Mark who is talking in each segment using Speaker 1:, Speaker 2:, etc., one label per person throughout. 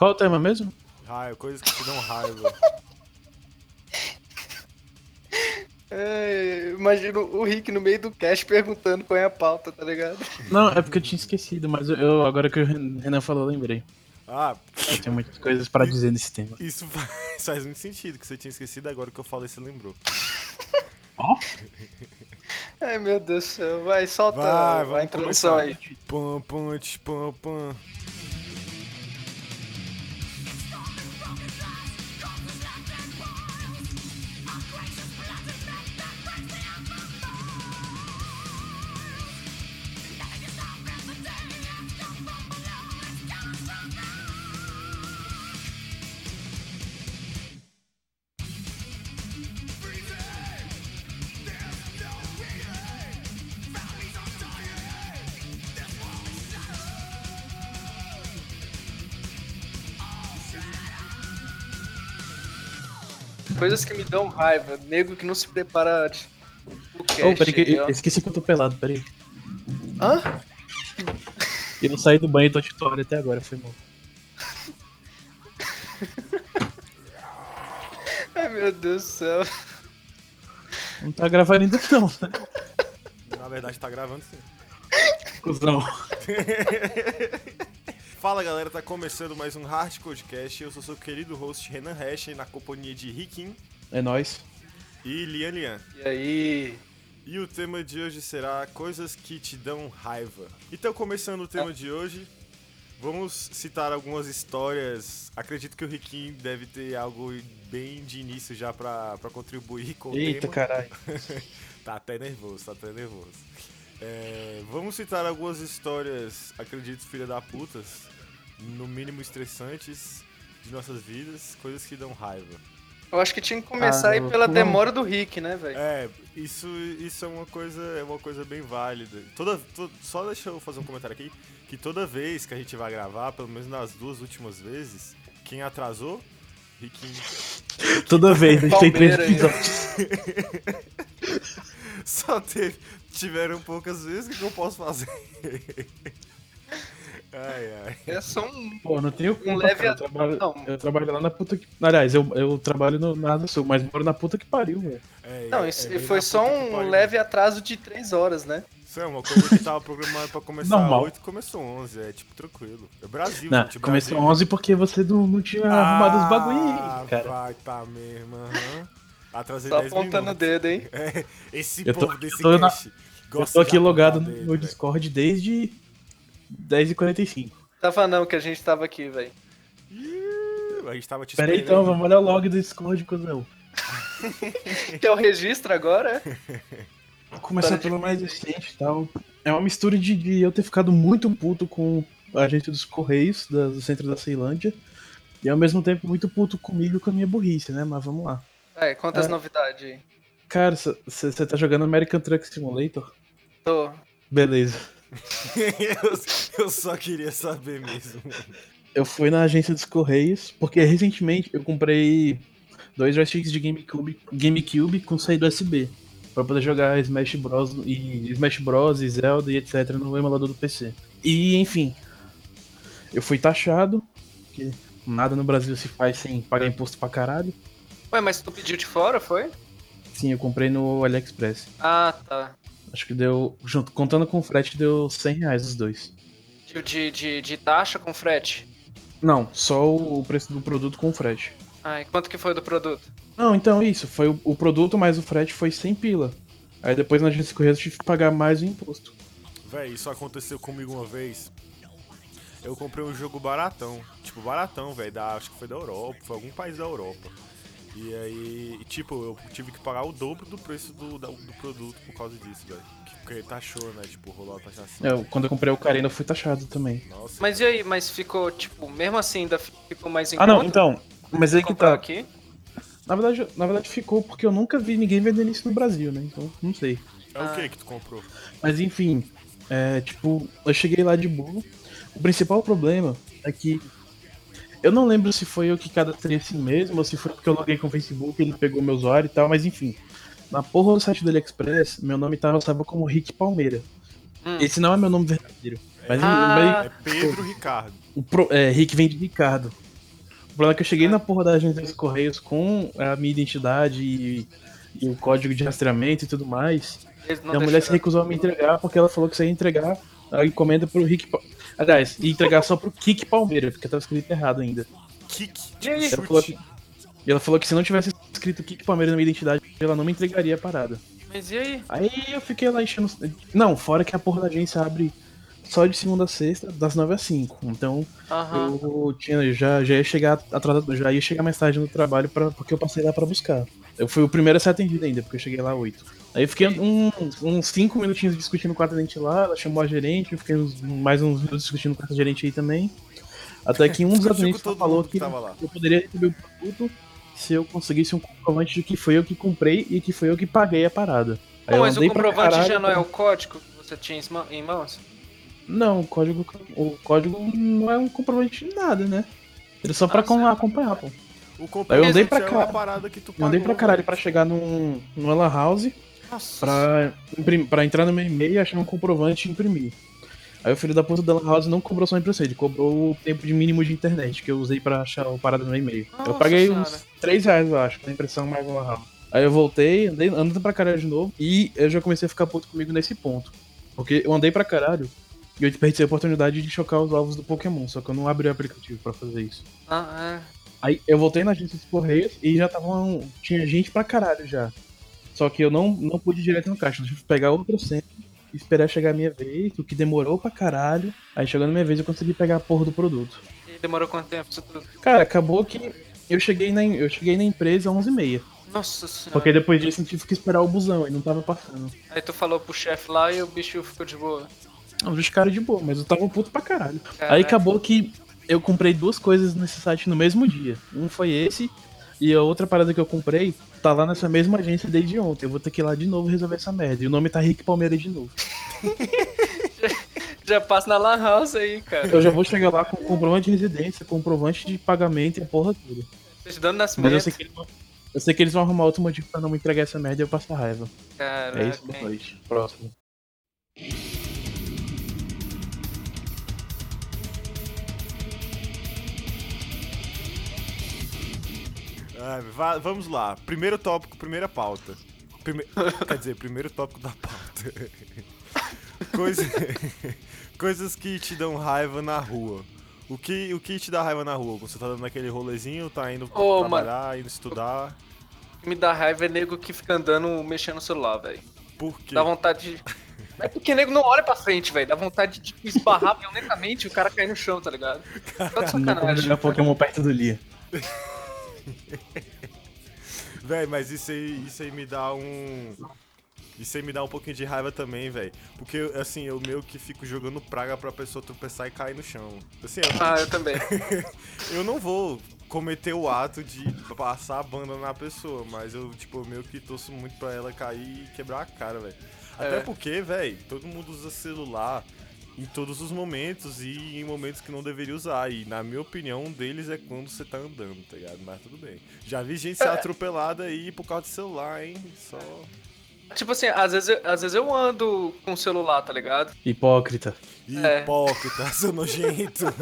Speaker 1: Qual o tema mesmo?
Speaker 2: Raio, coisas que te dão raiva.
Speaker 3: É, eu imagino o Rick no meio do cast perguntando qual é a pauta, tá ligado?
Speaker 1: Não, é porque eu tinha esquecido, mas eu agora que o Renan falou, eu lembrei.
Speaker 2: Ah,
Speaker 1: Eu tenho muitas coisas pra dizer nesse tema.
Speaker 2: isso faz, faz muito sentido, que você tinha esquecido agora que eu falei, você lembrou.
Speaker 3: Ai meu Deus do céu, vai, solta
Speaker 2: Vai,
Speaker 3: a
Speaker 2: vai
Speaker 3: introdução aí.
Speaker 2: Pam, pam, tch, pam, pam.
Speaker 3: Coisas que me dão raiva, nego que não se prepara antes. O cast,
Speaker 1: Oh, peraí, que
Speaker 3: aqui,
Speaker 1: eu
Speaker 3: ó.
Speaker 1: esqueci que eu tô pelado, peraí.
Speaker 3: Hã?
Speaker 1: E não saí do banho e tô titular até agora, foi mal.
Speaker 3: Ai meu Deus do céu.
Speaker 1: Não tá gravando ainda não, né?
Speaker 2: Na verdade, tá gravando sim.
Speaker 1: Cusão.
Speaker 2: Fala galera, tá começando mais um Hard Codecast. Eu sou seu querido host Renan Hash, na companhia de Riquim
Speaker 1: É nóis.
Speaker 2: e Lian Lian.
Speaker 3: E aí?
Speaker 2: E o tema de hoje será coisas que te dão raiva. Então, começando o tema de hoje, vamos citar algumas histórias. Acredito que o Riquim deve ter algo bem de início já pra, pra contribuir com
Speaker 1: Eita,
Speaker 2: o tema.
Speaker 1: caralho.
Speaker 2: Tá até nervoso, tá até nervoso. É, vamos citar algumas histórias, acredito, filha da putas, no mínimo estressantes de nossas vidas, coisas que dão raiva.
Speaker 3: Eu acho que tinha que começar
Speaker 1: Ah,
Speaker 3: aí pela
Speaker 1: não.
Speaker 3: demora do Rick, né, velho?
Speaker 2: É, isso, isso é uma coisa, é uma coisa bem válida. Toda, to- só deixa eu fazer um comentário aqui, que toda vez que a gente vai gravar, pelo menos nas duas últimas vezes, quem atrasou, Riquinho.
Speaker 1: Toda vez, a gente tem três
Speaker 3: Palmeira aí.
Speaker 1: episódios.
Speaker 2: Só teve, tiveram poucas vezes, o que que eu posso fazer? ai, ai.
Speaker 3: É só um.
Speaker 1: Pô, não tenho como.
Speaker 3: leve
Speaker 1: cara, eu,
Speaker 3: a-
Speaker 1: trabalho,
Speaker 3: não.
Speaker 1: eu trabalho lá na puta que. Aliás, eu, eu trabalho no, na Asa Sul, mas moro na puta que pariu, velho.
Speaker 2: É,
Speaker 3: Não,
Speaker 2: é-
Speaker 3: isso
Speaker 2: é bem
Speaker 3: foi
Speaker 2: na
Speaker 3: só
Speaker 2: puta que pariu.
Speaker 3: um leve atraso de três horas, né?
Speaker 2: Isso é uma coisa que tava programada pra começar
Speaker 1: Normal.
Speaker 2: 8, começou 11, é tipo tranquilo. É Brasil,
Speaker 1: Não,
Speaker 2: gente,
Speaker 1: começou
Speaker 2: Brasil.
Speaker 1: 11 porque você não, não tinha arrumado os bagulho
Speaker 2: Ah,
Speaker 1: aí, cara.
Speaker 2: vai pra mesmo, aham. Tá Atrasei
Speaker 3: Só
Speaker 2: 10
Speaker 3: Tá apontando o
Speaker 2: minutos.
Speaker 3: dedo, hein?
Speaker 2: É, esse
Speaker 1: Eu tô-
Speaker 2: povo desse
Speaker 1: eu tô na-
Speaker 2: cast
Speaker 1: Eu
Speaker 2: gosta
Speaker 1: tô aqui
Speaker 2: de apontar
Speaker 1: logado no
Speaker 2: dedo,
Speaker 1: meu
Speaker 2: velho.
Speaker 1: Discord desde 10h45.
Speaker 3: Tava não que a gente tava aqui, velho.
Speaker 2: Ih, né? A gente tava te
Speaker 1: Pera aí então,
Speaker 2: esperando.
Speaker 1: vamos olhar o log do Discord, cuzão.
Speaker 3: Que é o registro agora?
Speaker 1: Vou começar pelo mais recente e tal. É uma mistura de, de eu ter ficado muito puto com a gente dos Correios, da- do centro da Ceilândia, e ao mesmo tempo muito puto comigo e com a minha burrice, né? Mas vamos lá.
Speaker 3: Vai, conta as
Speaker 1: É.
Speaker 3: novidades aí.
Speaker 1: Cara, você tá jogando American Truck Simulator?
Speaker 3: Tô.
Speaker 1: Beleza.
Speaker 2: eu, eu só queria saber mesmo.
Speaker 1: Eu fui na agência dos Correios, porque recentemente eu comprei dois joysticks de GameCube, GameCube com saída USB. Pra poder jogar Smash Bros. e Smash Bros. e Zelda e etc. no emulador do PC. E enfim. Eu fui taxado, porque nada no Brasil se faz sem pagar imposto pra caralho.
Speaker 3: Ué, mas tu pediu de fora, foi?
Speaker 1: Sim, eu comprei no AliExpress.
Speaker 3: Ah, tá.
Speaker 1: Acho que deu. Junto, contando com o frete, deu 100 reais os dois.
Speaker 3: De, de, de, de taxa com frete?
Speaker 1: Não, só o preço do produto com frete.
Speaker 3: Ai, quanto que foi do produto?
Speaker 1: Não, então isso. Foi o, o produto, mas o frete foi sem pila. Aí depois na agência de correios eu tive que pagar mais o imposto.
Speaker 2: Véi, isso aconteceu comigo uma vez. Eu comprei um jogo baratão. Tipo, baratão, velho. Acho que foi da Europa, foi algum país da Europa. E aí, tipo, eu tive que pagar o dobro do preço do, da- do produto por causa disso, velho. Que- Porque taxou, né? Tipo, rolou a taxação.
Speaker 1: É, Eu- quando eu comprei o Carina, eu fui taxado também.
Speaker 2: Nossa.
Speaker 3: Mas e aí, mas ficou, tipo, mesmo assim ainda ficou mais em
Speaker 1: Ah, não,
Speaker 3: conta
Speaker 1: então. Mas aí que
Speaker 3: comprar
Speaker 1: tá.
Speaker 3: aqui?
Speaker 1: Na verdade, na verdade ficou porque eu nunca vi ninguém vendendo isso no Brasil, né? Então, não sei.
Speaker 2: É o que que tu comprou?
Speaker 1: Mas enfim, é, tipo, eu cheguei lá de burro. O principal problema é que eu não lembro se foi eu que cadastrei assim mesmo, ou se foi porque eu loguei com o Facebook, ele pegou meu usuário e tal, mas enfim. Na porra do site do AliExpress, meu nome tava, tava como Rick Palmeira.
Speaker 3: Hum.
Speaker 1: Esse não é meu nome verdadeiro. Mas,
Speaker 3: Ah.
Speaker 2: É Pedro Ricardo.
Speaker 1: mas o pro- é, Rick vem de Ricardo. O problema é que eu
Speaker 3: Ah.
Speaker 1: cheguei na porra da agência dos Correios com a minha identidade e, e o código de rastreamento e tudo mais.
Speaker 3: Eles não
Speaker 1: e a mulher se
Speaker 3: deixaram.
Speaker 1: recusou a me entregar porque ela falou que você ia entregar a encomenda pro Rick. Pa... Aliás, ia entregar só pro Kik Palmeira, porque tava escrito errado ainda.
Speaker 2: Kick.
Speaker 3: E aí?
Speaker 1: Ela falou que, e ela falou que se não tivesse escrito Kik Palmeira na minha identidade, ela não me entregaria a parada.
Speaker 3: Mas e aí?
Speaker 1: Aí eu fiquei lá enchendo. Não, fora que a porra da agência abre só de segunda a sexta, das nove às cinco. Então
Speaker 3: Aham.
Speaker 1: eu tinha, já, já ia chegar atrasado, já ia chegar mais tarde no trabalho pra, porque eu passei lá pra buscar. Eu fui o primeiro a ser atendido ainda, porque eu cheguei lá às oito. Aí eu fiquei um- uns cinco minutinhos discutindo com a atendente lá, ela chamou a gerente, eu fiquei uns- mais uns minutos discutindo com a gerente aí também. Até que um dos
Speaker 2: Discutiu
Speaker 1: atendentes
Speaker 2: com todo
Speaker 1: falou
Speaker 2: mundo que
Speaker 1: que
Speaker 2: tava lá.
Speaker 1: eu poderia receber o produto se eu conseguisse um comprovante de que foi eu que comprei e que foi eu que paguei a parada. Aí
Speaker 3: Pô,
Speaker 1: eu
Speaker 3: mas o
Speaker 1: andei pra
Speaker 3: comprovante
Speaker 1: caralho
Speaker 3: já não
Speaker 1: pra-
Speaker 3: é o código que você tinha em mã- em mãos?
Speaker 1: Não, o código, o código não é um comprovante de nada, né? Ele é só pra
Speaker 3: Ah, certo.
Speaker 1: acompanhar, pô.
Speaker 2: O
Speaker 1: Aí eu andei pra
Speaker 2: é
Speaker 1: cá.
Speaker 2: uma parada que tu
Speaker 1: Eu andei pra
Speaker 2: pagou,
Speaker 1: caralho
Speaker 2: velho.
Speaker 1: pra chegar num, numa lan house,
Speaker 2: Nossa,
Speaker 1: pra, imprim- pra entrar no meu e-mail e achar um comprovante e imprimir. Aí o filho da puta da lan house não cobrou só a impressão, ele cobrou o tempo de mínimo de internet que eu usei pra achar o parada no meu e-mail.
Speaker 3: Nossa
Speaker 1: eu paguei
Speaker 3: senhora.
Speaker 1: uns 3 reais, eu acho, pra impressão mais lan house. Aí eu voltei, andei, andando pra caralho de novo, e eu já comecei a ficar puto comigo nesse ponto. Porque eu andei pra caralho e eu perdi a oportunidade de chocar os alvos do Pokémon, só que eu não abri o aplicativo pra fazer isso.
Speaker 3: Ah,
Speaker 1: Aí eu voltei na agência dos Correios e já tava um- tinha gente pra caralho já. Só que eu não, não pude ir direto no caixa, eu tive que pegar outro centro, esperar chegar a minha vez, o que demorou pra caralho. Aí chegando a minha vez eu consegui pegar a porra do produto.
Speaker 3: é. E demorou quanto tempo isso tudo?
Speaker 1: Cara, acabou que eu cheguei na, em- eu cheguei na empresa às 11h30,
Speaker 3: Nossa senhora.
Speaker 1: porque depois disso eu tive que esperar o busão e não tava passando.
Speaker 3: Aí tu falou pro chefe lá e o bicho ficou de boa.
Speaker 1: Não, Os caras de boa, mas eu tava puto pra caralho.
Speaker 3: Caraca.
Speaker 1: Aí acabou que eu comprei duas coisas nesse site no mesmo dia. Um foi esse, e a outra parada que eu comprei tá lá nessa mesma agência desde ontem. Eu vou ter que ir lá de novo resolver essa merda. E o nome tá Rick Palmeira de novo.
Speaker 3: Já passa na Lan House aí, cara.
Speaker 1: Eu já vou chegar lá com comprovante de residência, comprovante de pagamento e a porra toda.
Speaker 3: Tô te dando
Speaker 1: Mas
Speaker 3: nascimento.
Speaker 1: eu sei que eles vão, eu sei que eles vão arrumar outro motivo pra não me entregar essa merda e eu passar raiva.
Speaker 3: Caraca,
Speaker 1: É isso, boa
Speaker 3: hein.
Speaker 1: noite. Próximo.
Speaker 2: Ah, va- vamos lá. Primeiro tópico, primeira pauta. Prime- Quer dizer, primeiro tópico da pauta. Coisa- Coisas que te dão raiva na rua. O que, o que te dá raiva na rua? Quando Você tá dando aquele rolezinho, tá indo
Speaker 3: Ô,
Speaker 2: trabalhar, indo estudar.
Speaker 3: O que me dá raiva é nego que fica andando mexendo no celular, velho.
Speaker 2: Por quê?
Speaker 3: Dá vontade de. É porque nego não olha pra frente, velho. Dá vontade de tipo, esbarrar violentamente e o cara cair no chão, tá ligado? Tá de
Speaker 1: Não vou jogar
Speaker 3: sacanagem.
Speaker 1: Pokémon perto do Lia.
Speaker 2: Véi, mas isso aí, isso aí me dá um. Isso aí me dá um pouquinho de raiva também, véi. Porque, assim, eu meio que fico jogando praga pra pessoa tropeçar e cair no chão. Assim, eu-
Speaker 3: Ah, eu também.
Speaker 2: eu não vou cometer o ato de passar a banda na pessoa, mas eu, tipo, meio que torço muito pra ela cair e quebrar a cara, velho. Até
Speaker 3: É.
Speaker 2: porque, velho, todo mundo usa celular em todos os momentos e em momentos que não deveria usar. E, na minha opinião, um deles é quando você tá andando, tá ligado? Mas tudo bem. Já vi
Speaker 3: É.
Speaker 2: gente ser atropelada aí por causa de celular, hein? Só...
Speaker 3: Tipo assim, às vezes, eu- às vezes eu ando com o celular, tá ligado?
Speaker 1: Hipócrita.
Speaker 3: É.
Speaker 2: Hipócrita, seu nojento.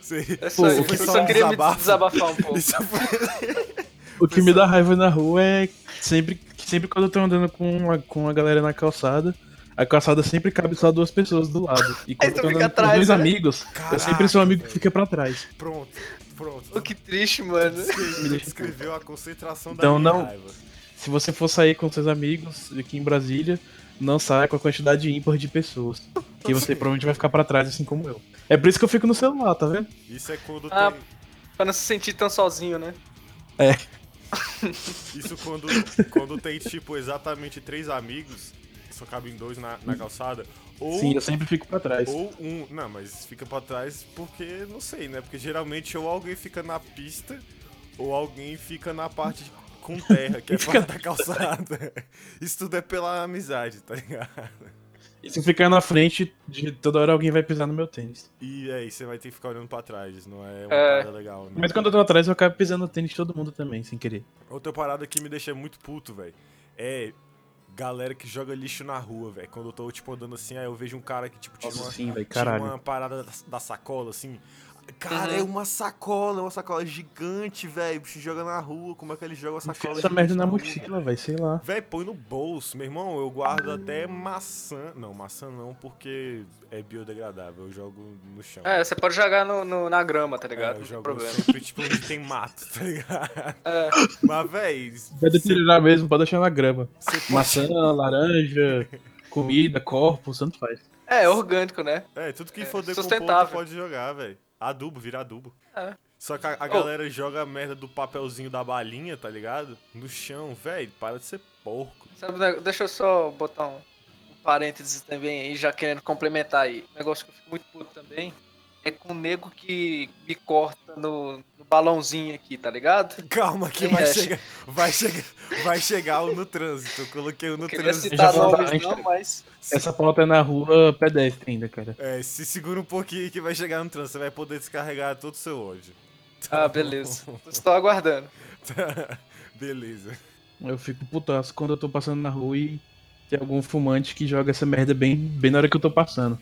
Speaker 2: Você-
Speaker 3: É só
Speaker 1: Pô,
Speaker 3: isso.
Speaker 1: o que
Speaker 3: Eu
Speaker 2: só
Speaker 3: só
Speaker 2: um
Speaker 3: queria me
Speaker 2: desabafo.
Speaker 3: desabafar um pouco.
Speaker 2: Isso foi-
Speaker 1: O que me dá raiva na rua é sempre, sempre quando eu tô andando com uma, com a galera na calçada, a calçada sempre cabe só duas pessoas do lado. E
Speaker 3: Aí
Speaker 1: quando
Speaker 3: tu
Speaker 1: eu tô
Speaker 3: fica
Speaker 1: andando com
Speaker 3: atrás,
Speaker 1: dois
Speaker 3: né?
Speaker 1: amigos,
Speaker 2: Caraca,
Speaker 1: eu sempre sou o amigo que
Speaker 2: velho.
Speaker 1: fica pra trás.
Speaker 2: Pronto, pronto.
Speaker 3: Pô, que triste, mano.
Speaker 2: Descreveu- Descreveu a concentração da
Speaker 1: Então,
Speaker 2: minha
Speaker 1: não-
Speaker 2: raiva.
Speaker 1: Se você for sair com seus amigos aqui em Brasília, não saia com a quantidade ímpar de pessoas. Que você provavelmente vai ficar pra trás, assim como eu. É por isso que eu fico no celular, tá vendo?
Speaker 2: Isso é quando
Speaker 3: Ah.
Speaker 2: tem-
Speaker 3: Pra não se sentir tão sozinho, né?
Speaker 2: Isso quando, quando tem, tipo, exatamente três amigos, só cabem dois na, na calçada. Ou,
Speaker 1: Sim, eu sempre fico pra trás.
Speaker 2: ou um. Não, mas fica pra trás porque, não sei, né? Porque geralmente ou alguém fica na pista, ou alguém fica na parte com terra, que é
Speaker 1: Fica
Speaker 2: parte da calçada. Isso tudo é pela amizade, tá ligado?
Speaker 1: E se eu ficar na frente, de toda hora alguém vai pisar no meu tênis.
Speaker 2: E aí, você vai ter que ficar olhando pra trás, não é uma
Speaker 3: É.
Speaker 2: parada legal, né?
Speaker 1: Mas quando eu tô atrás, eu acabo pisando no tênis de todo mundo também, sem querer.
Speaker 2: Outra parada que me deixa muito puto, velho, é galera que joga lixo na rua, velho. Quando eu tô, tipo, andando assim, aí eu vejo um cara que, tipo, tira,
Speaker 1: Nossa,
Speaker 2: uma,
Speaker 1: sim, velho,
Speaker 2: tira
Speaker 1: caralho.
Speaker 2: uma parada da, da sacola, assim. Cara,
Speaker 3: Uhum.
Speaker 2: é uma sacola, é uma sacola gigante, velho. O bicho joga na rua, como é que ele joga a
Speaker 1: Enfia
Speaker 2: sacola
Speaker 1: essa merda na
Speaker 2: rua?
Speaker 1: mochila, velho, sei lá.
Speaker 2: Véi, põe no bolso, meu irmão. Eu guardo até maçã. Não, maçã não, porque é biodegradável. Eu jogo no chão.
Speaker 3: É, você pode jogar no, no- na grama, tá
Speaker 2: É,
Speaker 3: ligado?
Speaker 2: eu
Speaker 3: Não tem
Speaker 2: jogo
Speaker 3: problema.
Speaker 2: sempre, tipo, onde tem mato, tá ligado?
Speaker 3: É.
Speaker 2: Mas, véi,
Speaker 1: Vai deteriorar mesmo, pode deixar na grama.
Speaker 2: você pode...
Speaker 1: Maçã, laranja, comida, corpos, tanto faz.
Speaker 3: É, é orgânico, né?
Speaker 2: É, tudo que
Speaker 3: É,
Speaker 2: for decompor, tu
Speaker 3: sustentável.
Speaker 2: pode jogar, velho. Adubo, vira adubo.
Speaker 3: É.
Speaker 2: Só que a, a galera joga a merda do papelzinho da balinha, tá ligado? No chão, velho. Para de ser porco.
Speaker 3: Sabe, um neg- deixa eu só botar um, um parênteses também aí, já querendo complementar aí. Um negócio que eu fico muito puto também é com o nego que me corta no, no balãozinho aqui, tá ligado?
Speaker 2: Calma que
Speaker 3: Quem
Speaker 2: vai
Speaker 3: é?
Speaker 2: chegar, vai chegar, vai chegar o no trânsito. Eu coloquei o no
Speaker 3: Não queria
Speaker 2: trânsito.
Speaker 1: já
Speaker 3: citar
Speaker 1: vou dar
Speaker 3: nomes
Speaker 1: a
Speaker 3: não,
Speaker 1: gente-
Speaker 3: mas...
Speaker 1: Essa pauta é na rua pedestre ainda, cara.
Speaker 2: É, se segura um pouquinho que vai chegar no trânsito. Você vai poder descarregar todo o seu ódio.
Speaker 1: Tá
Speaker 3: Ah, beleza. Estou aguardando.
Speaker 2: Tá, Beleza.
Speaker 1: Eu fico putaço quando eu tô passando na rua e tem algum fumante que joga essa merda bem, bem na hora que eu tô passando.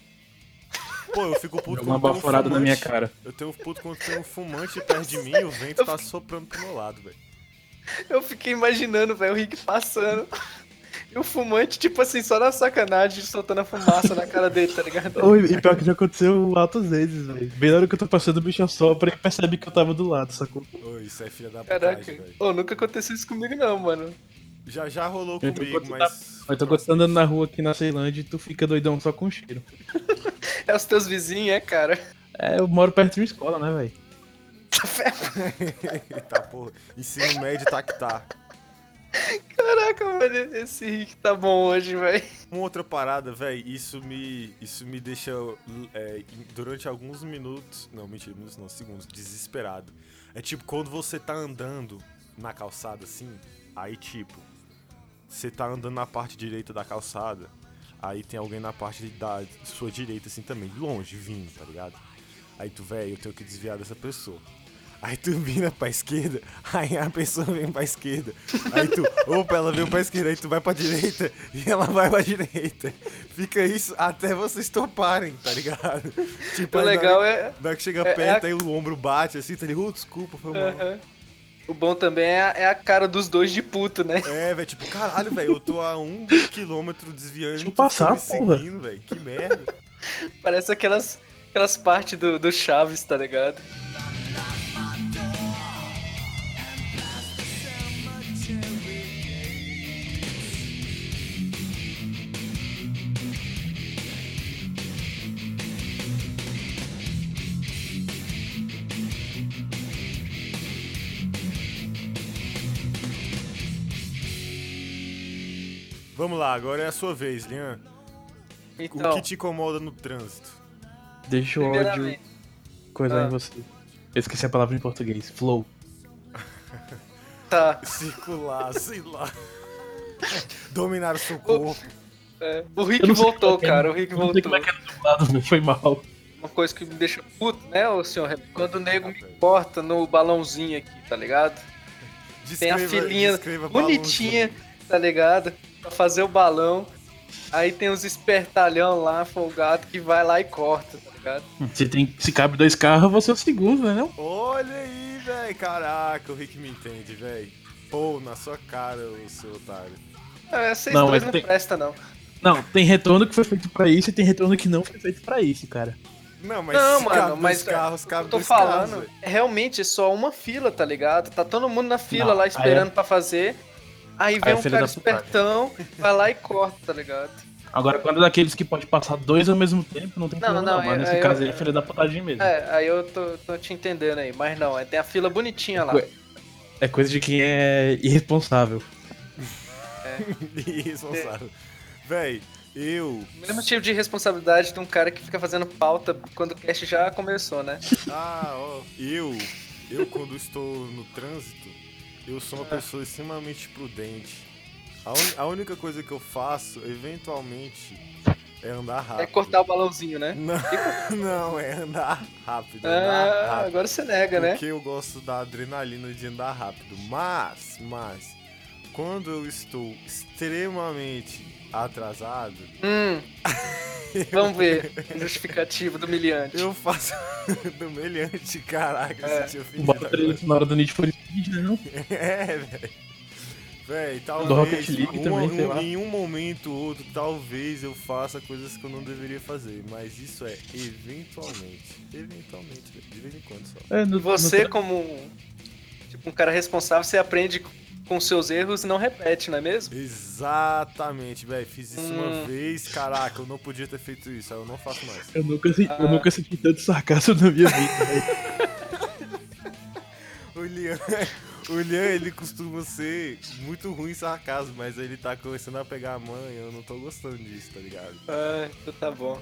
Speaker 2: Pô, eu fico puto
Speaker 1: Joga uma
Speaker 2: quando tem um
Speaker 1: baforada na
Speaker 2: fumante.
Speaker 1: minha cara.
Speaker 2: Eu tenho puto quando tem um fumante perto de mim e o vento tá soprando pro meu lado, velho.
Speaker 3: Eu fiquei imaginando, velho, o Rick passando. E o fumante, tipo assim, só na sacanagem, soltando a fumaça na cara dele, tá ligado?
Speaker 1: Oi, e pior que já aconteceu altas vezes, velho. Bem na hora que eu tô passando, o bicho assopra e percebe que eu tava do lado, sacou?
Speaker 2: Ô, isso é filha da
Speaker 3: Caraca,
Speaker 2: putagem, velho.
Speaker 3: Ô, nunca aconteceu isso comigo não, mano.
Speaker 2: Já já rolou
Speaker 1: Eu tô
Speaker 2: comigo,
Speaker 1: gostando
Speaker 2: mas.
Speaker 1: Eu tô gostando andando na rua aqui na Ceilândia e tu fica doidão só com cheiro.
Speaker 3: É os teus vizinhos, é, cara.
Speaker 1: É, eu moro perto de uma escola, né, velho?
Speaker 2: Eita porra. Ensino médio tá que tá.
Speaker 3: Caraca, mano, esse Rick tá bom hoje, velho.
Speaker 2: Uma outra parada, velho, isso me. Isso me deixa é, durante alguns minutos. Não, mentira, minutos não, segundos, desesperado. É tipo, quando você tá andando na calçada assim, aí tipo, você tá andando na parte direita da calçada, aí tem alguém na parte da sua direita assim também, longe, vindo, tá ligado? Aí tu, velho, eu tenho que desviar dessa pessoa. Aí tu vira pra esquerda, aí a pessoa vem pra esquerda. Aí tu, opa, ela veio pra esquerda, aí tu vai pra direita e ela vai pra direita. Fica isso até vocês toparem, tá ligado? Tipo,
Speaker 3: O
Speaker 2: aí na
Speaker 3: legal
Speaker 2: hora-
Speaker 3: é.
Speaker 2: na hora que chega
Speaker 3: É- é
Speaker 2: perto,
Speaker 3: a- É,
Speaker 2: aí o ombro bate assim, tá ligado? "Oh, desculpa, foi mal.
Speaker 3: Aham. O bom também é a, é a cara dos dois de puto, né?
Speaker 2: É, velho, tipo, caralho, velho, eu tô a um quilômetro desviando.
Speaker 1: Deixa eu
Speaker 2: tu tá
Speaker 1: passar,
Speaker 2: me
Speaker 1: porra.
Speaker 2: seguindo, velho, que merda.
Speaker 3: Parece aquelas, aquelas partes do, do Chaves, tá ligado?
Speaker 2: Vamos lá, agora é a sua vez, Lian.
Speaker 3: Então,
Speaker 2: O que te incomoda no trânsito?
Speaker 1: Deixa o ódio
Speaker 3: primeiramente,
Speaker 1: coisar
Speaker 3: Ah.
Speaker 1: em você. Eu esqueci a palavra em português. Flow.
Speaker 3: tá.
Speaker 2: Circular, sei lá. Dominar o seu corpo.
Speaker 3: é, o
Speaker 1: Eu
Speaker 3: Rick
Speaker 1: não sei como é
Speaker 3: voltou,
Speaker 1: que-
Speaker 3: cara. O Rick
Speaker 1: eu não sei
Speaker 3: voltou.
Speaker 1: como é que é. era dublado, velho. Foi mal.
Speaker 3: Uma coisa que me deixa puto, né, ô senhor? Rep? Quando o nego me corta no balãozinho aqui, tá ligado? Tem a filhinha
Speaker 2: descreva
Speaker 3: bonitinha, tá ligado? Pra fazer o balão. Aí tem os espertalhão lá, folgado, que vai lá e corta, tá ligado?
Speaker 1: Se, tem, se cabe dois carros, você é o segundo, né? Não?
Speaker 2: balãozinho. Olha aí, velho. Caraca, o Rick me entende, velho. Pô, na sua cara, o seu otário.
Speaker 3: É, vocês
Speaker 1: Não,
Speaker 3: dois
Speaker 1: mas
Speaker 3: não
Speaker 1: tem-
Speaker 3: presta, não.
Speaker 1: Não, tem retorno que foi feito pra isso e tem retorno que não foi feito pra isso, cara.
Speaker 2: Não, mas
Speaker 3: Não,
Speaker 2: se
Speaker 3: mano,
Speaker 2: cabe
Speaker 3: mas, é,
Speaker 2: dois carros, cabe
Speaker 3: Eu tô
Speaker 2: dois
Speaker 3: falando,
Speaker 2: carros, velho.
Speaker 3: é realmente só uma fila, tá ligado? Tá todo mundo na fila
Speaker 1: Não,
Speaker 3: lá
Speaker 1: aí
Speaker 3: esperando pra fazer. Aí vem
Speaker 1: é
Speaker 3: um
Speaker 1: filha
Speaker 3: cara
Speaker 1: da putagem.
Speaker 3: espertão, vai lá e corta, tá ligado?
Speaker 1: Agora, quando é daqueles que pode passar dois ao mesmo tempo, não tem
Speaker 3: Não,
Speaker 1: problema,
Speaker 3: não,
Speaker 1: não, mas
Speaker 3: é-
Speaker 1: nesse
Speaker 3: é-
Speaker 1: caso aí
Speaker 3: é-
Speaker 1: é filha da putagem mesmo. É.
Speaker 3: É, aí eu tô, tô te entendendo aí, mas não, é, tem a fila bonitinha lá.
Speaker 1: Ué. coisa de quem é irresponsável.
Speaker 2: Irresponsável. Véi, eu.
Speaker 3: Mesmo tipo de responsabilidade de um cara que fica fazendo pauta quando o cast já começou, né?
Speaker 2: Ah, ó. Eu. Eu, quando estou no trânsito, eu sou
Speaker 3: Ah.
Speaker 2: uma pessoa extremamente prudente. A, un- a única coisa que eu faço, eventualmente, é andar
Speaker 1: Ah.
Speaker 2: rápido.
Speaker 3: É cortar o balãozinho, né?
Speaker 2: Não, não, é andar rápido. Andar
Speaker 3: Ah,
Speaker 2: rápido.
Speaker 3: agora você nega, né?
Speaker 2: Porque eu gosto da adrenalina de andar rápido. Mas, mas, quando eu estou extremamente atrasado,
Speaker 3: Hum, Vamos ver. Justificativa do miliante.
Speaker 2: Eu faço do meliante, caraca, tipo
Speaker 3: É.
Speaker 2: eu senti ofendido
Speaker 1: Bota
Speaker 2: agora.
Speaker 1: ele na hora do Need for Speed, né? não?
Speaker 2: É, velho. Véi, talvez.
Speaker 1: Rocket League
Speaker 2: um-
Speaker 1: também, sei
Speaker 2: um-
Speaker 1: lá.
Speaker 2: Em um momento ou outro, talvez eu faça coisas que eu não deveria fazer. Mas isso é eventualmente. Eventualmente, velho. De vez em quando só.
Speaker 1: É, no-
Speaker 3: Você,
Speaker 1: no-
Speaker 3: como tipo, um cara responsável, você aprende com seus erros e não repete, não é mesmo?
Speaker 2: Exatamente, velho. Fiz isso uma
Speaker 3: Hum.
Speaker 2: vez, caraca, eu não podia ter feito isso, aí eu não faço mais.
Speaker 1: Eu nunca, senti,
Speaker 3: Ah.
Speaker 1: eu nunca senti tanto sarcasmo na minha vida. né? velho.
Speaker 2: O Lian, o Lian, ele costuma ser muito ruim em sarcasmo, mas ele tá começando a pegar a mãe, eu não tô gostando disso, tá ligado?
Speaker 3: Ah, então tá bom.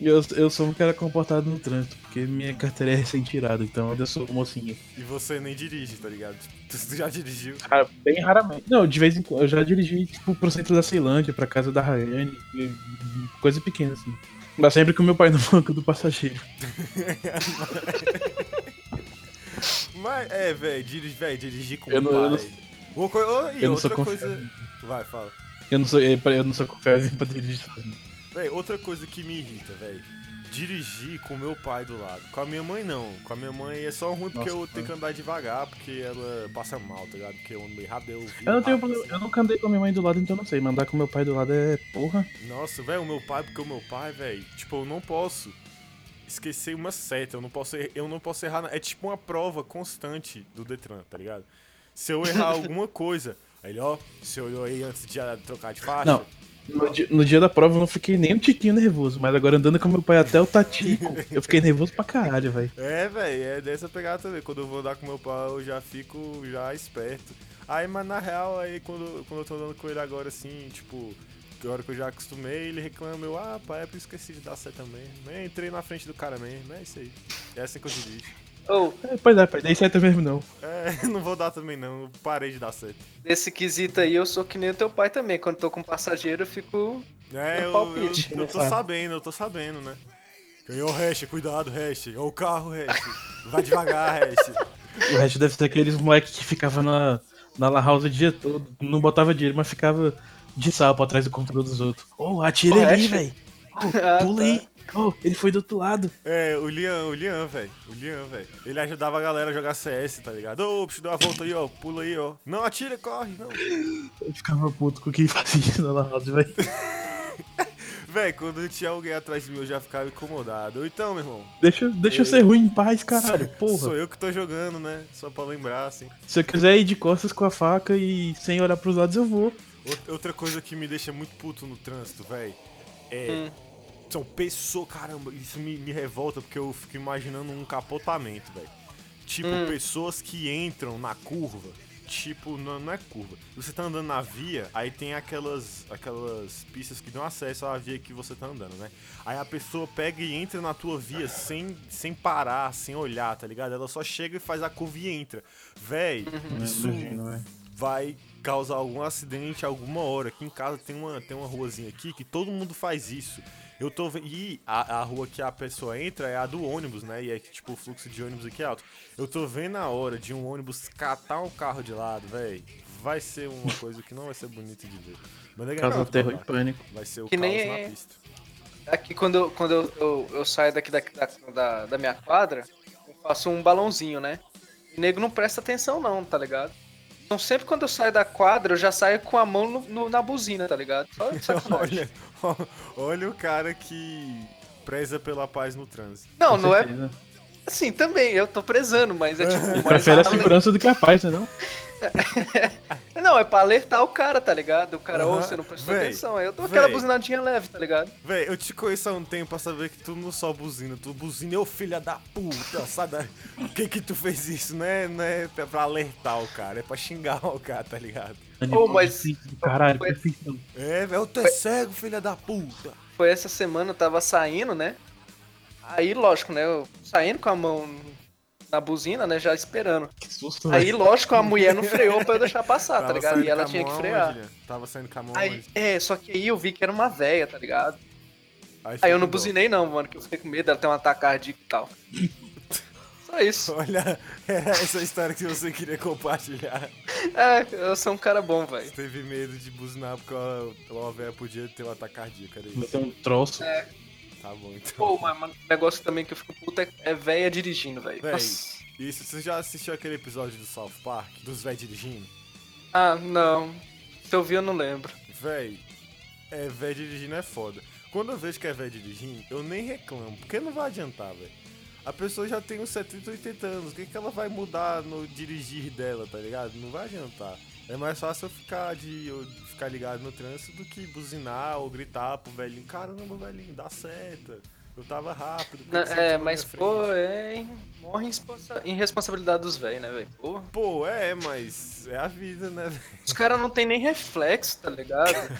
Speaker 1: eu, eu sou um cara comportado no trânsito, porque minha carteira é recém-tirada, então ainda sou mocinho.
Speaker 2: E você nem dirige, tá ligado? Tipo, Tu já dirigiu.
Speaker 1: Cara, bem raramente. Não, de vez em quando. Eu já dirigi, tipo, pro centro da Ceilândia, pra casa da Rayane, e- e coisa pequena, assim. Mas sempre com meu pai no banco do passageiro.
Speaker 2: Mas, é, velho, dirigir, velho, dirigir com
Speaker 1: Eu não-
Speaker 2: pai.
Speaker 1: eu não-
Speaker 2: Uma coi- oh, e
Speaker 1: eu não sou
Speaker 2: outra
Speaker 1: confiável.
Speaker 2: coisa... Vai, fala.
Speaker 1: Eu não sou, eu não sou confiável pra dirigir sozinho.
Speaker 2: Véi, outra coisa que me irrita, velho. Dirigir com meu pai do lado. Com a minha mãe, não. Com a minha mãe é só ruim porque
Speaker 1: Nossa,
Speaker 2: eu tenho que andar devagar, porque ela passa mal, tá ligado? Porque eu ando meio rápido, eu viro
Speaker 1: Eu não tenho
Speaker 2: rápido, assim.
Speaker 1: problema. Eu nunca andei com a minha mãe do lado, então eu não sei. Mandar com meu pai do lado é porra.
Speaker 2: Nossa, velho, o meu pai, porque o meu pai, velho, tipo, eu não posso esquecer uma seta, eu não posso, er- eu não posso errar. na- É tipo uma prova constante do Detran, tá ligado? Se eu errar alguma coisa, aí ele, ó, você olhou aí antes de ah, trocar de faixa?
Speaker 1: Não. No dia, no dia da prova eu não fiquei nem um tiquinho nervoso, mas agora andando com meu pai até o Tatico, eu fiquei nervoso pra caralho, velho.
Speaker 2: É, velho, é dessa pegada também. Quando eu vou andar com meu pai, eu já fico já esperto. Aí, mas na real, aí quando, quando eu tô andando com ele agora, assim, tipo, que hora que eu já acostumei, ele reclama, eu, ah, pai, é porque eu esqueci de dar seta mesmo. Eu entrei na frente do cara mesmo, é isso aí. É assim que eu dirijo.
Speaker 3: Ou,
Speaker 1: É, pois é, pai, daí certo mesmo não.
Speaker 2: É, não vou dar também não, eu parei de dar seta.
Speaker 3: nesse quesito aí, eu sou que nem o teu pai também. Quando tô com um passageiro, eu fico.
Speaker 2: É,
Speaker 3: É
Speaker 2: eu, eu,
Speaker 3: palpite,
Speaker 2: eu
Speaker 1: né,
Speaker 2: tô
Speaker 1: cara?
Speaker 2: sabendo, eu tô sabendo, né? Ganhou o hash, cuidado, hash. Ou o carro, hash. Vai devagar, hash.
Speaker 1: O resto deve ser aqueles moleque que ficava na, na La House o dia todo, não botava dinheiro, mas ficava de sapo atrás do controle dos outros. Oh, atira
Speaker 3: O
Speaker 1: ali,
Speaker 3: resto-
Speaker 1: velho. Oh,
Speaker 3: Ah,
Speaker 1: pula aí. Oh, ele foi do outro lado.
Speaker 2: É, o Lian, o Lian, velho. O Lian, velho. Ele ajudava a galera a jogar CS, tá ligado? Ô, bicho, dá uma volta aí, ó. Pula aí, ó. Não, atira, corre, não.
Speaker 1: Eu ficava puto com quem fazia isso na La House, velho.
Speaker 2: Véi, quando tinha alguém atrás de mim, eu já ficava incomodado. Ou então, meu irmão,
Speaker 1: Deixa, deixa eu ser ruim em paz, caralho.
Speaker 2: sou
Speaker 1: Porra.
Speaker 2: eu que tô jogando, né? Só pra lembrar, assim.
Speaker 1: Se eu quiser ir de costas com a faca e sem olhar pros lados, eu vou.
Speaker 2: Out- Outra coisa que me deixa muito puto no trânsito, velho, é.
Speaker 3: Hum.
Speaker 2: São pessoas. Caramba, isso me, me revolta porque eu fico imaginando um capotamento, velho. Tipo, pessoas que entram na curva. Tipo, não, não é curva. Você tá andando na via, aí tem aquelas aquelas pistas que dão acesso à via que você tá andando, né? Aí a pessoa pega e entra na tua via sem, sem parar, sem olhar, tá ligado? Ela só chega e faz a curva e entra. Véi,
Speaker 1: Uhum.
Speaker 2: isso
Speaker 3: um
Speaker 1: Imagino, véi.
Speaker 2: vai causar algum acidente alguma hora. Aqui em casa tem uma, tem uma ruazinha aqui que todo mundo faz isso. Eu tô ve- E a, a rua que a pessoa entra é a do ônibus, né? E é que, tipo, o fluxo de ônibus aqui é alto. Eu tô vendo a hora de um ônibus catar um carro de lado, velho. Vai ser uma coisa que não vai ser bonita de ver. Mas é
Speaker 1: Causa
Speaker 2: garoto,
Speaker 1: terror e
Speaker 2: vai lá.
Speaker 1: pânico.
Speaker 2: Vai ser o
Speaker 3: Que
Speaker 2: caos
Speaker 3: nem
Speaker 2: na
Speaker 3: é-
Speaker 2: pista.
Speaker 3: Aqui, quando, eu- quando eu, eu, eu saio daqui da, da, da, da minha quadra, eu faço um balãozinho, né? O nego não presta atenção, não, tá ligado? Então, sempre quando eu saio da quadra, eu já saio com a mão no, no- na buzina, tá ligado? Só de sacanagem.
Speaker 2: Olha, olha o cara que preza pela paz no trânsito.
Speaker 3: Não, não é
Speaker 1: Certeza.
Speaker 3: assim também. Eu tô prezando, mas é tipo. mas
Speaker 1: Prefere a
Speaker 3: tá-
Speaker 1: segurança do que a paz, né? Não?
Speaker 3: Não, é pra alertar o cara, tá ligado? O cara, ô,
Speaker 2: Aham.
Speaker 3: você não prestou
Speaker 2: Véi,
Speaker 3: atenção. Aí eu dou aquela
Speaker 2: véi.
Speaker 3: buzinadinha leve, tá ligado?
Speaker 2: Véi, eu te conheço há um tempo pra saber que tu não só buzina, tu buzina, ô filha da puta, sabe? Por que que tu fez isso? Não é, não é pra pra alertar o cara, é pra xingar o cara, tá ligado?
Speaker 1: Animal
Speaker 3: mas-
Speaker 1: difícil do Caralho,
Speaker 3: Mas-
Speaker 1: perfeição.
Speaker 2: É, velho, tu é cego, filha da puta.
Speaker 3: Foi essa semana, eu tava saindo, né? Aí, lógico, né? Eu saindo com a mão na buzina, né? Já esperando.
Speaker 1: Que susto,
Speaker 3: Aí,
Speaker 1: velho.
Speaker 3: lógico, a mulher não freou pra eu deixar passar, tá
Speaker 2: Tava
Speaker 3: ligado?
Speaker 2: saindo
Speaker 3: E ela
Speaker 2: com a
Speaker 3: tinha que
Speaker 2: mão
Speaker 3: frear.
Speaker 2: aonde, Lian? Tava saindo com a mão
Speaker 3: Aí,
Speaker 2: aonde?
Speaker 3: é, só que aí eu vi que era uma véia, tá ligado?
Speaker 2: Aí,
Speaker 3: Aí eu
Speaker 2: ficou
Speaker 3: não
Speaker 2: bom.
Speaker 3: buzinei não, mano, que eu fiquei com medo dela ter um ataque cardíaco e tal. Só Só isso.
Speaker 2: Olha, era essa história que você queria compartilhar.
Speaker 3: É, eu sou um cara bom, velho.
Speaker 2: Você teve medo de buzinar porque a a véia podia ter um ataque cardíaco, era
Speaker 1: Vai
Speaker 2: isso.
Speaker 1: ter um troço.
Speaker 3: É.
Speaker 2: Tá bom, então.
Speaker 3: Pô, mas mas um negócio também que eu fico puto é, é véia dirigindo, velho.
Speaker 2: Véi.
Speaker 3: Nossa.
Speaker 2: Isso, você já assistiu aquele episódio do South Park, dos véi dirigindo?
Speaker 3: Ah, não. Se eu vi, eu não lembro.
Speaker 2: Véi, é, véi dirigindo é foda. Quando eu vejo que é véi dirigindo, eu nem reclamo, porque não vai adiantar, véi. A pessoa já tem uns 70, 80 anos, o que, que ela vai mudar no dirigir dela, tá ligado? Não vai adiantar. É mais fácil eu ficar, de, eu ficar ligado no trânsito do que buzinar ou gritar pro velhinho, caramba, velhinho, dá seta. Eu tava rápido. por que
Speaker 3: Na-
Speaker 2: que você tirou
Speaker 3: é,
Speaker 2: minha
Speaker 3: mas,
Speaker 2: frente?"
Speaker 3: pô, é. hein? Morre em responsa- em responsabilidade dos velhos, né, velho? Pô.
Speaker 2: Pô, é, mas é a vida, né, véi?
Speaker 3: Os caras não tem nem reflexo, tá ligado?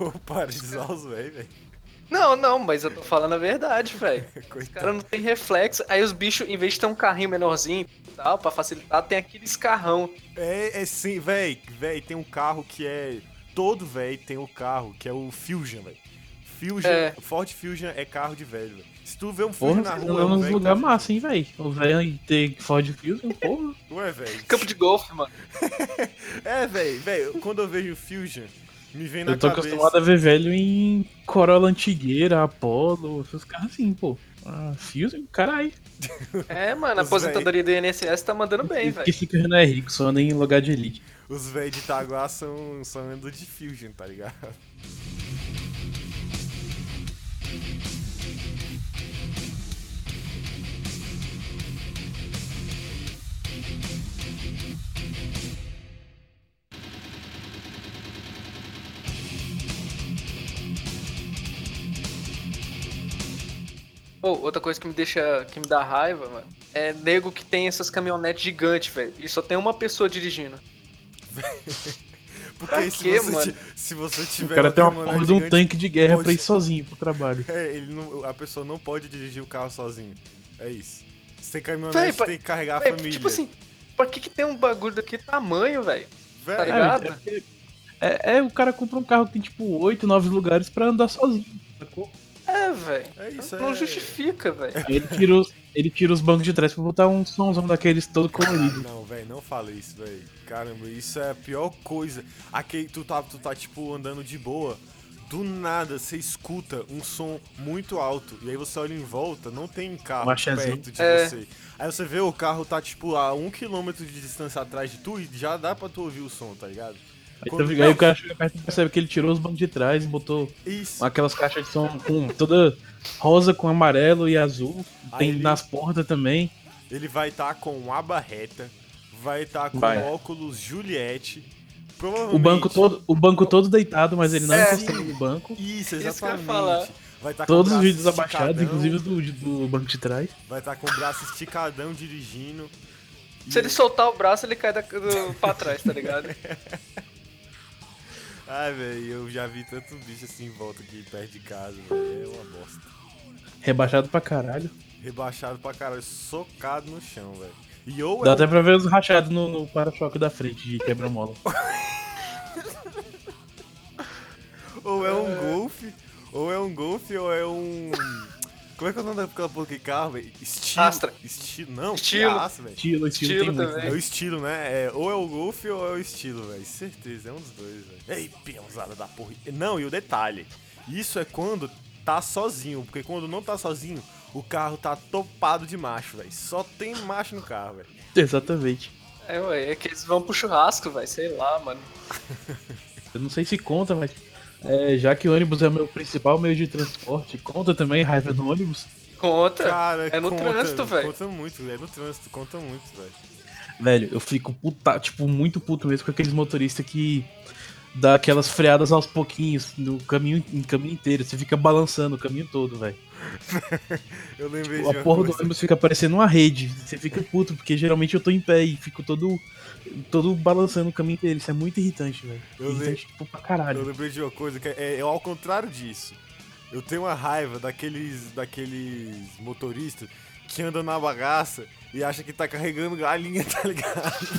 Speaker 2: Ou para de zoar os véi, velho.
Speaker 3: Não, não, mas eu tô falando a verdade, velho. Os
Speaker 2: Coitado.
Speaker 3: caras não tem reflexo. Aí os bichos, em vez de ter um carrinho menorzinho e tal, pra facilitar, tem aqueles carrão.
Speaker 2: É, é sim, véi, véi, tem um carro que é. Todo véi tem um carro, que é o Fusion, véi. Fusion,
Speaker 3: É.
Speaker 2: Ford Fusion é carro de velho, véi. Se tu vê um Fusion
Speaker 1: Porra,
Speaker 2: na
Speaker 1: você
Speaker 2: rua.
Speaker 1: é
Speaker 2: é um
Speaker 1: um
Speaker 2: véi que
Speaker 1: lugar
Speaker 2: tá-
Speaker 1: massa, hein, velho? O velho ter Ford Fusion, porra.
Speaker 2: Ué, é, véi.
Speaker 3: Campo de golfe, mano.
Speaker 2: É, véi, véi, quando eu vejo o Fusion, me vem na
Speaker 1: Eu tô
Speaker 2: cabeça.
Speaker 1: acostumado a ver velho em Corolla Antigueira, Apollo, esses carros assim, pô. Ah, Fusion, caralho.
Speaker 3: É, mano, a
Speaker 2: Os
Speaker 3: aposentadoria do INSS tá mandando bem,
Speaker 1: Esse que
Speaker 3: velho.
Speaker 1: fica não é rico, só nem em lugar de elite.
Speaker 2: Os véi de Itaguá são, são andando de Fusion, tá ligado?
Speaker 3: Pô, outra coisa que me deixa, que me dá raiva, mano, é nego que tem essas caminhonetes gigantes, velho. E só tem uma pessoa dirigindo.
Speaker 2: Porque
Speaker 3: Pra
Speaker 2: se,
Speaker 3: quê,
Speaker 2: você
Speaker 3: mano?
Speaker 2: ti- se você
Speaker 1: O
Speaker 2: tiver.
Speaker 1: cara tem uma
Speaker 2: caminhonete
Speaker 1: porra de um
Speaker 2: gigante-
Speaker 1: tanque de guerra
Speaker 2: pode-
Speaker 1: pra ir sozinho pro trabalho.
Speaker 2: É, ele não, a pessoa não pode dirigir o carro sozinho. É isso. Se tem caminhonete,
Speaker 3: Véi, pa-
Speaker 2: tem que carregar a
Speaker 3: Véi,
Speaker 2: família.
Speaker 3: tipo assim, pra que que tem um bagulho daquele tamanho, velho?
Speaker 2: Véi,
Speaker 3: tá
Speaker 1: É,
Speaker 3: ligado?
Speaker 1: é porque- É, é, o cara compra um carro que tem tipo 8, 9 lugares pra andar sozinho. sacou?
Speaker 3: É, velho.
Speaker 2: É isso,
Speaker 3: Não
Speaker 2: é-
Speaker 3: justifica, velho.
Speaker 1: Aí ele tira, os, ele tira os bancos de trás pra botar um somzão daqueles todo colorido.
Speaker 2: Não, velho, não fala isso, velho. Caramba, isso é a pior coisa. Aqui tu tá, tu tá tipo andando de boa, do nada você escuta um som muito alto e aí você olha em volta, não tem carro
Speaker 1: Machazinho.
Speaker 2: perto de
Speaker 3: É.
Speaker 2: você. Aí você vê o carro tá tipo a um quilômetro de distância atrás de tu e já dá pra tu ouvir o som, tá ligado?
Speaker 1: Aí,
Speaker 2: Quando-
Speaker 1: tu fica- aí o cara chega perto e percebe que ele tirou os bancos de trás e botou
Speaker 2: é Isso.
Speaker 1: aquelas caixas de som com toda rosa com amarelo e azul.
Speaker 2: Aí
Speaker 1: Tem
Speaker 2: ele-
Speaker 1: nas portas também.
Speaker 2: Ele vai estar com um aba reta, vai estar com
Speaker 1: Vai.
Speaker 2: óculos Juliette. Provavelmente.
Speaker 1: O banco todo, o banco todo deitado, mas ele não
Speaker 3: É.
Speaker 1: encostando no banco.
Speaker 2: Isso,
Speaker 3: Isso que eu ia
Speaker 2: exatamente.
Speaker 3: falar.
Speaker 2: Vai tá estar
Speaker 1: Todos os vídeos abaixados, inclusive o do, do banco de trás.
Speaker 2: Vai estar com o braço esticadão dirigindo. E-
Speaker 3: Se ele soltar o braço, ele cai da, do, pra trás, tá ligado?
Speaker 2: Ai, velho, eu já vi tanto bicho assim em volta aqui perto de casa, velho. É uma bosta.
Speaker 1: Rebaixado pra caralho.
Speaker 2: Rebaixado pra caralho, socado no chão, velho. E ou
Speaker 1: Dá
Speaker 2: é
Speaker 1: até pra ver os rachados no, no para-choque da frente de quebra-mola.
Speaker 2: Ou é um golfe, ou é um golfe, ou é um. Como é que é o nome daquela porra que carro, velho? Estilo.
Speaker 3: Astra.
Speaker 2: Estilo. Não,
Speaker 3: Estilo.
Speaker 2: que Astra, velho.
Speaker 1: Estilo, estilo,
Speaker 3: Estilo
Speaker 1: tem muito.
Speaker 3: também.
Speaker 2: É o estilo, né? É, ou é o golfe ou é o estilo, velho. Certeza, é um dos dois, velho. Ei, peãozada da porra. Não, e o detalhe. Isso é quando tá sozinho, porque quando não tá sozinho, o carro tá topado de macho, velho. Só tem macho no carro, velho.
Speaker 1: Exatamente.
Speaker 3: É, ué, é que eles vão pro churrasco, velho. Sei lá, mano.
Speaker 1: Eu não sei se conta, mas é, já que o ônibus é o meu principal meio de transporte, conta também a raiva do ônibus.
Speaker 3: Conta.
Speaker 2: Cara,
Speaker 3: é no
Speaker 2: conta,
Speaker 3: trânsito, velho.
Speaker 2: Conta muito, é no trânsito, conta muito, velho.
Speaker 1: Velho, eu fico puta, tipo, muito puto mesmo com aqueles motoristas que dá aquelas freadas aos pouquinhos no caminho, no caminho inteiro. Você fica balançando o caminho todo, velho.
Speaker 2: Eu lembrei de
Speaker 1: A
Speaker 2: uma
Speaker 1: porra do
Speaker 2: coisa.
Speaker 1: ônibus fica parecendo uma rede. Você fica puto, porque geralmente eu tô em pé e fico todo, todo balançando o caminho inteiro. Isso é muito irritante, velho.
Speaker 2: Eu
Speaker 1: Irritante, tipo, pra
Speaker 2: Eu
Speaker 1: caralho.
Speaker 2: lembrei de uma coisa que é, é ao contrário disso. Eu tenho uma raiva daqueles, daqueles motoristas que andam na bagaça e acha que tá carregando galinha, tá ligado?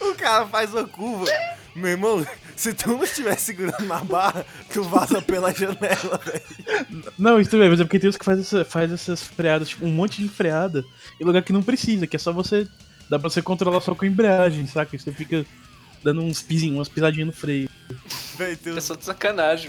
Speaker 2: o cara faz uma curva, Meu irmão, se tu não estiver segurando na barra, tu vaza pela janela, velho.
Speaker 1: Não, isso também, mas é porque tem uns que faz, essa- faz essas freadas, tipo, um monte de freada em lugar que não precisa, que é só você. Dá pra você controlar só com a embreagem, saca? Você fica dando uns pisinhos, umas pisadinhas no freio.
Speaker 2: Velho, tem um uns,
Speaker 3: Pessoal É de sacanagem,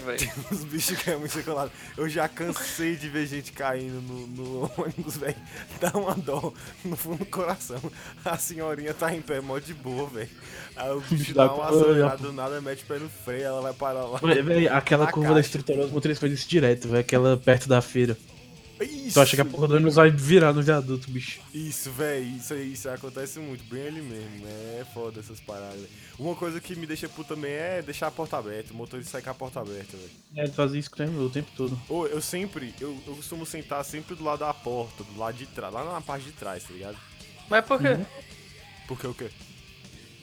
Speaker 3: velho.
Speaker 2: uns bichos que é muito chocolate. Eu já cansei de ver gente caindo no, no ônibus, velho. Dá uma dó no fundo do coração. A senhorinha tá em pé, mó de boa, velho. Aí o bicho
Speaker 1: Dá
Speaker 2: dá uma
Speaker 1: pra-
Speaker 2: acelerada do nada, mete o pé no freio, ela vai parar lá.
Speaker 1: Véi, véi, aquela
Speaker 2: Na
Speaker 1: curva da
Speaker 2: caixa.
Speaker 1: estruturosa motorista faz isso direto, velho. Aquela perto da feira.
Speaker 2: Isso,
Speaker 1: Tu acha que é a porra do ônibus vai virar no viaduto, bicho.
Speaker 2: Isso, velho, isso aí, isso acontece muito, bem ali mesmo, né? É foda essas paradas. véi. Uma coisa que me deixa puto também é deixar a porta aberta, o motorista sai com a porta aberta, velho.
Speaker 1: É, fazia isso com o tempo todo.
Speaker 2: Ou eu sempre, eu, eu costumo sentar sempre do lado da porta, do lado de trás, lá na parte de trás, tá ligado?
Speaker 3: Mas por que
Speaker 2: Uhum. Porque o quê?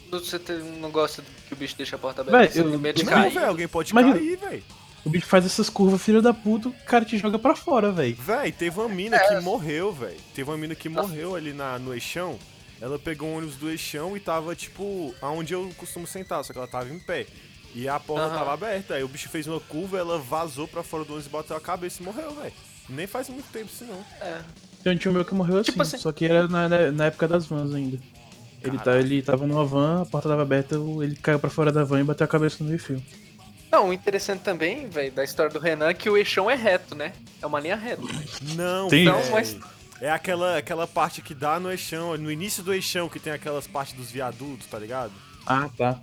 Speaker 3: você te- não gosta que o bicho deixa a porta
Speaker 1: Véi,
Speaker 3: aberta? Você
Speaker 1: eu-
Speaker 3: tem medo de
Speaker 1: eu-
Speaker 2: Não,
Speaker 3: cair?
Speaker 2: velho, alguém pode
Speaker 1: Imagina.
Speaker 2: cair, velho.
Speaker 1: O bicho faz essas curvas, filho da puta, o cara te joga pra fora, velho.
Speaker 2: Véi, teve uma mina que morreu, velho. Teve uma mina que morreu ali na, no eixão. Ela pegou um ônibus do eixão e tava, tipo, aonde eu costumo sentar, só que ela tava em pé. E a porta
Speaker 3: Aham.
Speaker 2: tava aberta. Aí o bicho fez uma curva, ela vazou pra fora do ônibus, bateu a cabeça e morreu, velho. Nem faz muito tempo isso, não.
Speaker 3: É.
Speaker 1: Tem um tio meu que morreu assim,
Speaker 3: Tipo assim.
Speaker 1: só que era na, na- na época das vans ainda. Ele, tá, ele tava numa van, a porta tava aberta, o- ele caiu pra fora da van e bateu a cabeça no refil.
Speaker 3: Não, o interessante também, velho, da história do Renan é que o eixão é reto, né? É uma linha reta.
Speaker 2: Uhum. Não,
Speaker 1: Tem
Speaker 2: véi.
Speaker 3: isso. Mas-
Speaker 2: É aquela, aquela parte que dá no eixão, no início do eixão, que tem aquelas partes dos viadutos, tá ligado?
Speaker 1: Ah, tá.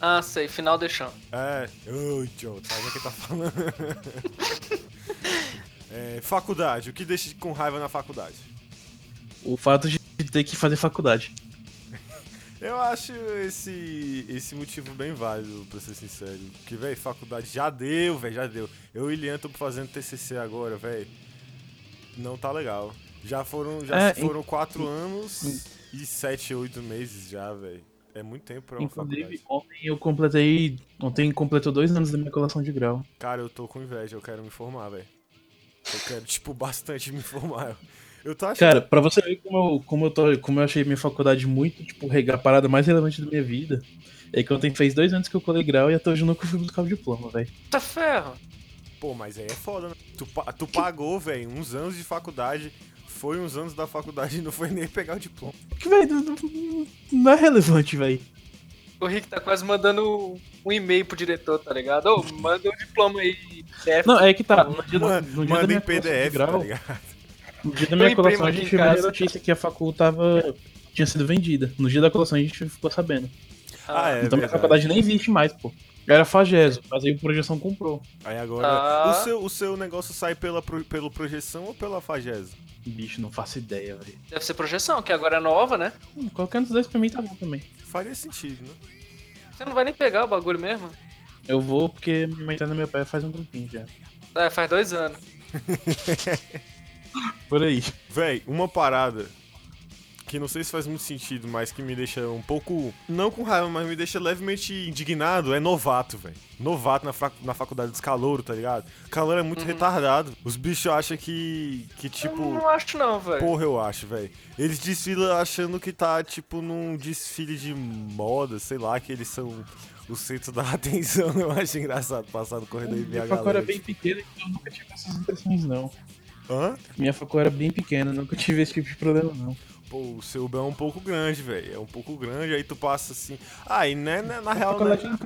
Speaker 3: Ah, sei, final do eixão.
Speaker 2: É, ô idiota, sabe o que tá falando? É, faculdade, o que deixa com raiva na faculdade?
Speaker 1: O fato de ter que fazer faculdade.
Speaker 2: Eu acho esse, esse motivo bem válido, pra ser sincero. Porque, velho, faculdade já deu, velho, já deu. Eu e Lian tô fazendo TCC agora, velho. Não tá legal. Já foram, já
Speaker 1: É,
Speaker 2: se foram quatro anos e sete, oito meses já, velho. É muito tempo pra uma
Speaker 1: Inclusive,
Speaker 2: faculdade.
Speaker 1: ontem eu completei. Ontem completou dois anos da minha colação de grau.
Speaker 2: Cara, eu tô com inveja, eu quero me formar, velho. Eu quero, tipo, bastante me formar. Eu tô achando.
Speaker 1: Cara, pra você ver como eu, como eu, tô, como eu achei minha faculdade muito, tipo, rega- a parada mais relevante da minha vida, é que ontem fez dois anos que eu colei grau e até hoje eu nunca fui buscar o diploma, velho.
Speaker 3: Tá ferro.
Speaker 2: Pô, mas aí é foda, né? Tu, pa- tu pagou, velho, uns anos de faculdade. Foi uns anos da faculdade e não foi nem pegar o diploma.
Speaker 1: Que, velho, não- não- não é relevante, velho.
Speaker 3: O Rick tá quase mandando um e-mail pro diretor, tá ligado? Ô, manda um diploma aí. chefe.
Speaker 1: Não, é que tá. No dia, da-
Speaker 2: Mano,
Speaker 1: no dia da
Speaker 2: manda
Speaker 1: minha colação de
Speaker 2: em PDF, tá
Speaker 1: grau,
Speaker 2: ligado?
Speaker 1: no dia da minha
Speaker 3: imprimo
Speaker 1: colação a
Speaker 3: aqui
Speaker 1: gente
Speaker 3: em
Speaker 1: teve a
Speaker 3: casa.
Speaker 1: notícia que a facul tava. tinha sido vendida. No dia da colação a gente ficou sabendo.
Speaker 2: Ah, é.
Speaker 1: então minha
Speaker 2: verdade.
Speaker 1: faculdade nem existe mais, pô. Era Fageso, mas aí o Projeção comprou.
Speaker 2: Aí agora.
Speaker 3: Ah.
Speaker 2: O, seu, o seu negócio sai pela, pro- pelo projeção ou pela Fagesa?
Speaker 1: Bicho, não faço ideia, velho.
Speaker 3: Deve ser projeção, que agora é nova, né?
Speaker 1: Hum, Qualquer um dos dois pra mim tá bom também.
Speaker 2: Faria sentido, né?
Speaker 3: Você não vai nem pegar o bagulho mesmo.
Speaker 1: Eu vou porque minha mãe tá no meu pé faz um tempinho já.
Speaker 3: É, faz dois anos.
Speaker 1: Por aí.
Speaker 2: Véi, uma parada que não sei se faz muito sentido, mas que me deixa um pouco. Não com raiva, mas me deixa levemente indignado, é novato, velho. Novato na, fra- na faculdade dos calouro, tá ligado? Calouro é muito retardado. Os bichos acham que. que
Speaker 3: Eu
Speaker 2: tipo.
Speaker 3: não acho não, velho.
Speaker 2: Porra, eu acho, velho. Eles desfilam achando que tá, tipo, num desfile de moda, sei lá, que eles são o centro da atenção. Eu acho engraçado passar no corredor e ver a
Speaker 1: Minha facul era
Speaker 2: galera. tipo,
Speaker 1: bem pequena, então eu nunca tive essas impressões, não.
Speaker 2: Hã?
Speaker 1: Minha facul era bem pequena, nunca tive esse tipo de problema, não.
Speaker 2: Pô, o seu Uber é um pouco grande, velho. É um pouco grande, aí tu passa assim. Ah, e né, né,
Speaker 1: Tá
Speaker 2: na real.
Speaker 1: faculdade
Speaker 2: Né?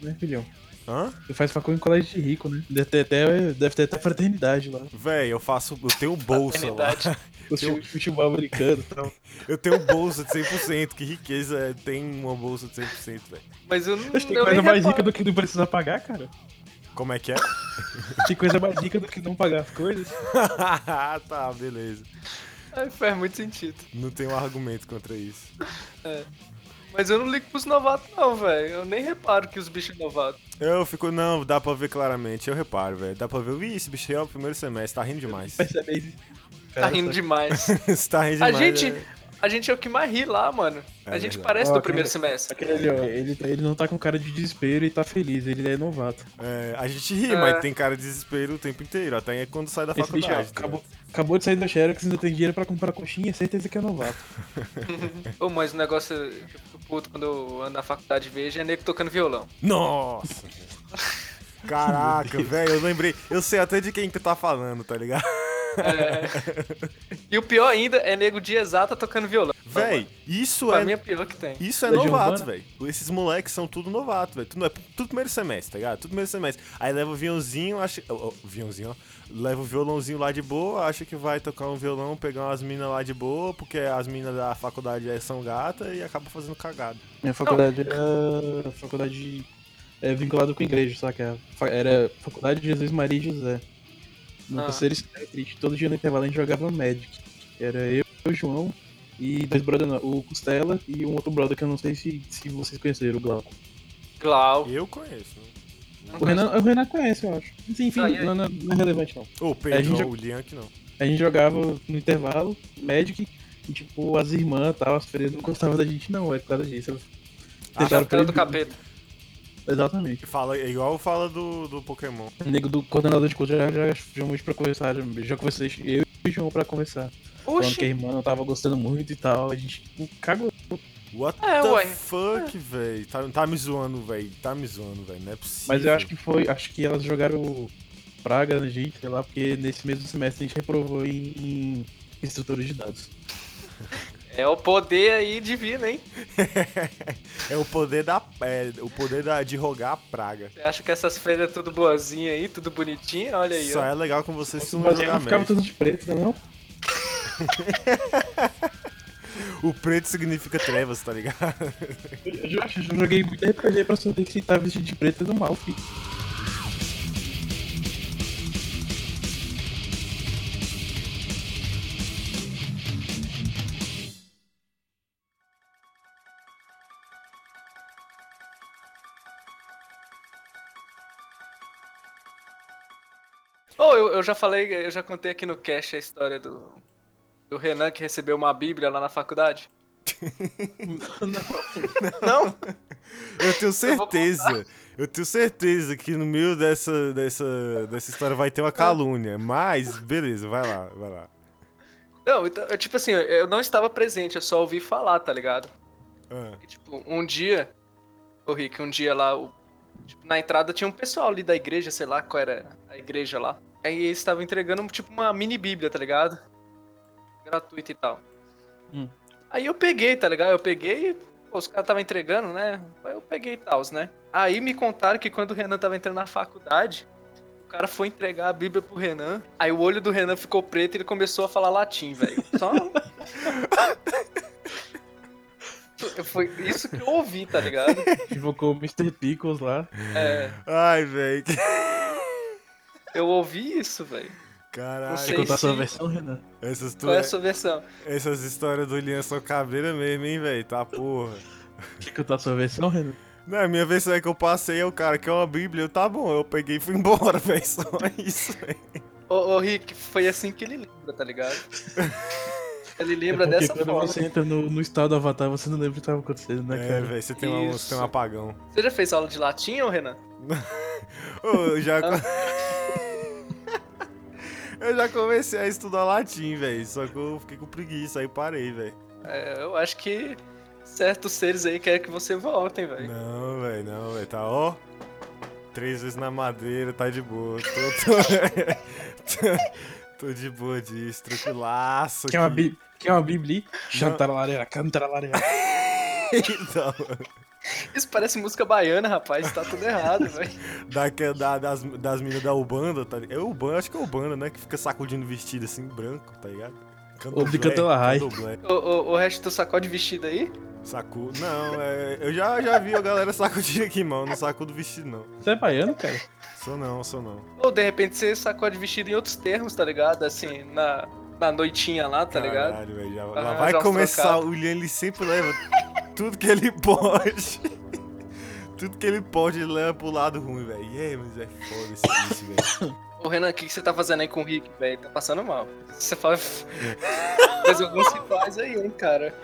Speaker 1: né, filhão?
Speaker 2: Hã?
Speaker 1: Você faz facul em colégio de rico, né? Deve ter até, deve ter até fraternidade lá. um
Speaker 2: Véi, eu faço. Eu tenho bolsa lá.
Speaker 3: Fraternidade.
Speaker 1: Os times de futebol americano e tal.
Speaker 2: Eu tenho bolsa de 100%. Que riqueza é, tem uma bolsa de 100%, velho.
Speaker 3: Mas eu não é
Speaker 1: Acho que tem
Speaker 3: eu
Speaker 1: coisa
Speaker 3: nem
Speaker 1: mais rica
Speaker 3: reparo.
Speaker 1: do que não precisar pagar, cara.
Speaker 2: Como é que é?
Speaker 1: Tem coisa mais rica do que não pagar as coisas.
Speaker 2: tá, beleza.
Speaker 3: Ai, faz muito sentido.
Speaker 2: Não tenho argumento contra isso.
Speaker 3: Mas eu não ligo pros novatos não, velho. Eu nem reparo que os bichos são novatos.
Speaker 2: Eu fico, não, dá pra ver claramente, eu reparo, velho. Dá pra ver, ih, esse bicho aí é
Speaker 1: é
Speaker 2: o primeiro semestre, tá rindo demais.
Speaker 1: Percebe aí.
Speaker 3: Tá rindo demais.
Speaker 2: Você tá rindo
Speaker 3: A
Speaker 2: demais.
Speaker 3: gente,
Speaker 2: velho.
Speaker 3: a gente é o que mais ri lá, mano.
Speaker 2: É
Speaker 3: a gente
Speaker 2: verdade.
Speaker 3: parece
Speaker 1: Ó,
Speaker 3: do
Speaker 1: aquele-
Speaker 3: primeiro semestre.
Speaker 1: Aquele ali, ó, ele, tá- ele não tá com cara de desespero e tá feliz, ele é novato.
Speaker 2: É, a gente ri,
Speaker 3: É.
Speaker 2: mas tem cara de desespero o tempo inteiro, até quando sai da
Speaker 1: Esse bicho ó,
Speaker 2: faculdade. tá
Speaker 1: acabou, acabou de sair da Xerox, ainda tem dinheiro pra comprar coxinha, certeza que é novato.
Speaker 3: Ô, mas o negócio que eu fico puto quando eu ando na faculdade e vejo é nego tocando violão.
Speaker 2: Nossa! Caraca, velho, eu lembrei. Eu sei até de quem que tá falando, tá ligado?
Speaker 3: E o pior ainda é nego de exata tocando violão.
Speaker 2: Véi, isso
Speaker 3: Pra
Speaker 2: é.
Speaker 3: mim é pior que tem.
Speaker 2: Isso é
Speaker 1: Legião
Speaker 2: novato,
Speaker 1: Urbana?
Speaker 2: velho. Esses moleques são tudo novato, velho. Tudo, é tudo primeiro semestre, tá ligado? Tudo primeiro semestre. Aí leva o vinhãozinho, acha. O, vinhãozinho, ó. Leva o violãozinho lá de boa, acha que vai tocar um violão, pegar umas minas lá de boa, porque as minas da faculdade é são gata e acaba fazendo cagada.
Speaker 1: Minha faculdade era faculdade é, vinculada com a igreja, saca? Fa- Era faculdade de Jesus Maria e José. No
Speaker 3: Ah.
Speaker 1: terceiro triste, todo dia no intervalo a gente jogava Magic. Era eu, o João e dois brothers, não, o Costela e um outro brother que eu não sei se, se vocês conheceram, o Glauco.
Speaker 3: Glau.
Speaker 2: Eu conheço. né?
Speaker 1: O Renan, o Renan conhece, eu acho. Mas enfim,
Speaker 3: Ah, e aí?
Speaker 1: não, não- não é relevante não.
Speaker 2: Ô,
Speaker 1: A
Speaker 2: Pedro,
Speaker 1: gente-
Speaker 2: o Lian que não.
Speaker 1: A gente jogava no intervalo, Magic, e tipo, as irmãs e tal, as freiras não gostavam da gente não, é por causa disso. Elas
Speaker 3: Cara
Speaker 1: tentaram
Speaker 3: é do
Speaker 1: proibir.
Speaker 3: capeta.
Speaker 1: Exatamente.
Speaker 2: Fala, é igual fala do, do Pokémon.
Speaker 1: O nego do coordenador de culto já, já chamou isso pra conversar, já, já conversei, eu e o João pra conversar. Falando que a
Speaker 3: Oxi,
Speaker 1: irmã não tava gostando muito e tal, a gente tipo, cagou.
Speaker 2: What
Speaker 3: É,
Speaker 2: the
Speaker 3: ué.
Speaker 2: fuck, velho? Tá, tá me zoando, velho. Tá me zoando, velho. Não é possível.
Speaker 1: Mas eu acho que foi, acho que elas jogaram praga na gente, sei lá, porque nesse mesmo semestre a gente reprovou em, em estrutura de dados.
Speaker 3: é o poder aí divino, hein?
Speaker 2: É o poder da. É, o poder da, de rogar a praga.
Speaker 3: Você acha que essas freiras tudo boazinha aí, tudo bonitinha? Olha aí,
Speaker 2: Só
Speaker 3: ó.
Speaker 2: é legal com você se não
Speaker 1: Mas
Speaker 2: jogar
Speaker 1: ela ficava
Speaker 2: merda.
Speaker 1: tudo de preto, né, não?
Speaker 2: O preto significa trevas, tá ligado?
Speaker 1: Eu já, já joguei muito RPG pra saber que quem tá vestido de preto é do mal, filho.
Speaker 3: Ô, eu, eu já falei, eu já contei aqui no cast a história do, do Renan que recebeu uma bíblia lá na faculdade. Não?
Speaker 2: Eu tenho
Speaker 3: Eu vou
Speaker 2: certeza. Eu tenho certeza que no meio dessa, dessa, dessa história vai ter uma calúnia. Mas, beleza, vai lá, vai lá.
Speaker 3: Não, então, eu, tipo assim, eu não estava presente, eu só ouvi falar, tá ligado?
Speaker 2: Ah,
Speaker 3: E, tipo, um dia, ô Rick, um dia lá, o- tipo, na entrada tinha um pessoal ali da igreja, sei lá qual era a igreja lá. Aí eles estavam entregando, tipo, uma mini bíblia, tá ligado? Gratuita e tal.
Speaker 1: Hum.
Speaker 3: Aí eu peguei, tá ligado? Eu peguei, pô, os caras estavam entregando, né? Aí eu peguei e tal, né? Aí me contaram que quando o Renan tava entrando na faculdade, o cara foi entregar a bíblia pro Renan, aí o olho do Renan ficou preto e ele começou a falar latim, velho. Só... Foi isso que eu ouvi, tá ligado?
Speaker 1: Invocou o Mr. Pickles lá.
Speaker 3: É,
Speaker 2: Ai, velho. que-
Speaker 3: eu ouvi isso, velho. Não
Speaker 1: Você
Speaker 3: sei.
Speaker 2: Caralho.
Speaker 1: contar sua
Speaker 3: sim.
Speaker 1: versão, Renan?
Speaker 2: Essas, tu-
Speaker 3: Qual é a sua versão?
Speaker 2: essas histórias do Lian são cabreira mesmo, hein, velho? Tá porra.
Speaker 1: Quer contar sua versão, Renan?
Speaker 2: Não, a minha versão é que eu passei, o cara quer uma bíblia, eu, tá bom, eu peguei e fui embora, velho, só isso, velho.
Speaker 3: Ô, ô, Rick, foi assim que ele lembra, tá ligado? Ele lembra
Speaker 1: É porque
Speaker 3: dessa
Speaker 1: quando
Speaker 3: forma.
Speaker 1: você
Speaker 3: Você...
Speaker 1: entra no, no estado do avatar, você não lembra o que tava acontecendo, né,
Speaker 2: É,
Speaker 1: cara?
Speaker 2: velho, você, tem uma- você
Speaker 3: Isso.
Speaker 2: tem um apagão.
Speaker 3: já fez aula de latim, ô Renan?
Speaker 2: Ô, eu já... eu já comecei a estudar latim, velho, só que eu fiquei com preguiça, aí parei, velho.
Speaker 3: É, eu acho que certos seres aí querem que você volte, hein,
Speaker 2: Né.
Speaker 3: velho.
Speaker 2: Não, velho, não, velho, tá, ó... Três vezes na madeira, tá de boa. Tô, tô, tô de boa disso, tranquilaço.
Speaker 1: Quer é uma,
Speaker 2: aqui.
Speaker 1: bi... Quer uma bíblia? Chantaralareira, cantaralareira.
Speaker 2: Então,
Speaker 3: Isso parece música baiana, rapaz. Tá tudo errado, velho.
Speaker 2: Da, que- da- das, das minas da Ubanda, tá ligado? É Ubanda, acho que é Ubanda, né? Que fica sacudindo vestido assim, branco, tá ligado?
Speaker 1: Ou de Candelahai.
Speaker 2: candomblé.
Speaker 3: O, o, o resto do sacode vestido aí?
Speaker 2: Sacu... Não, é... eu já, já vi a galera sacudir aqui, mano. Não sacudo vestido, não.
Speaker 1: Você é baiano, cara?
Speaker 2: Sou não, sou não.
Speaker 3: Ou de repente você sacode vestido em outros termos, tá ligado? Assim, na, na noitinha lá, tá ligado?
Speaker 2: Caralho, velho. já-
Speaker 3: Vai
Speaker 2: Lá
Speaker 3: arranjar
Speaker 2: vai
Speaker 3: uns
Speaker 2: começar.
Speaker 3: trocados.
Speaker 2: O Lian, ele sempre leva tudo que ele pode. tudo que ele pode, ele leva pro lado ruim, velho. E aí, mas é foda esse bicho, velho.
Speaker 3: Ô, Ô Renan, o que, que você tá fazendo aí com o Rick, velho? Tá passando mal. Você faz. faz alguns rituais aí, hein, cara.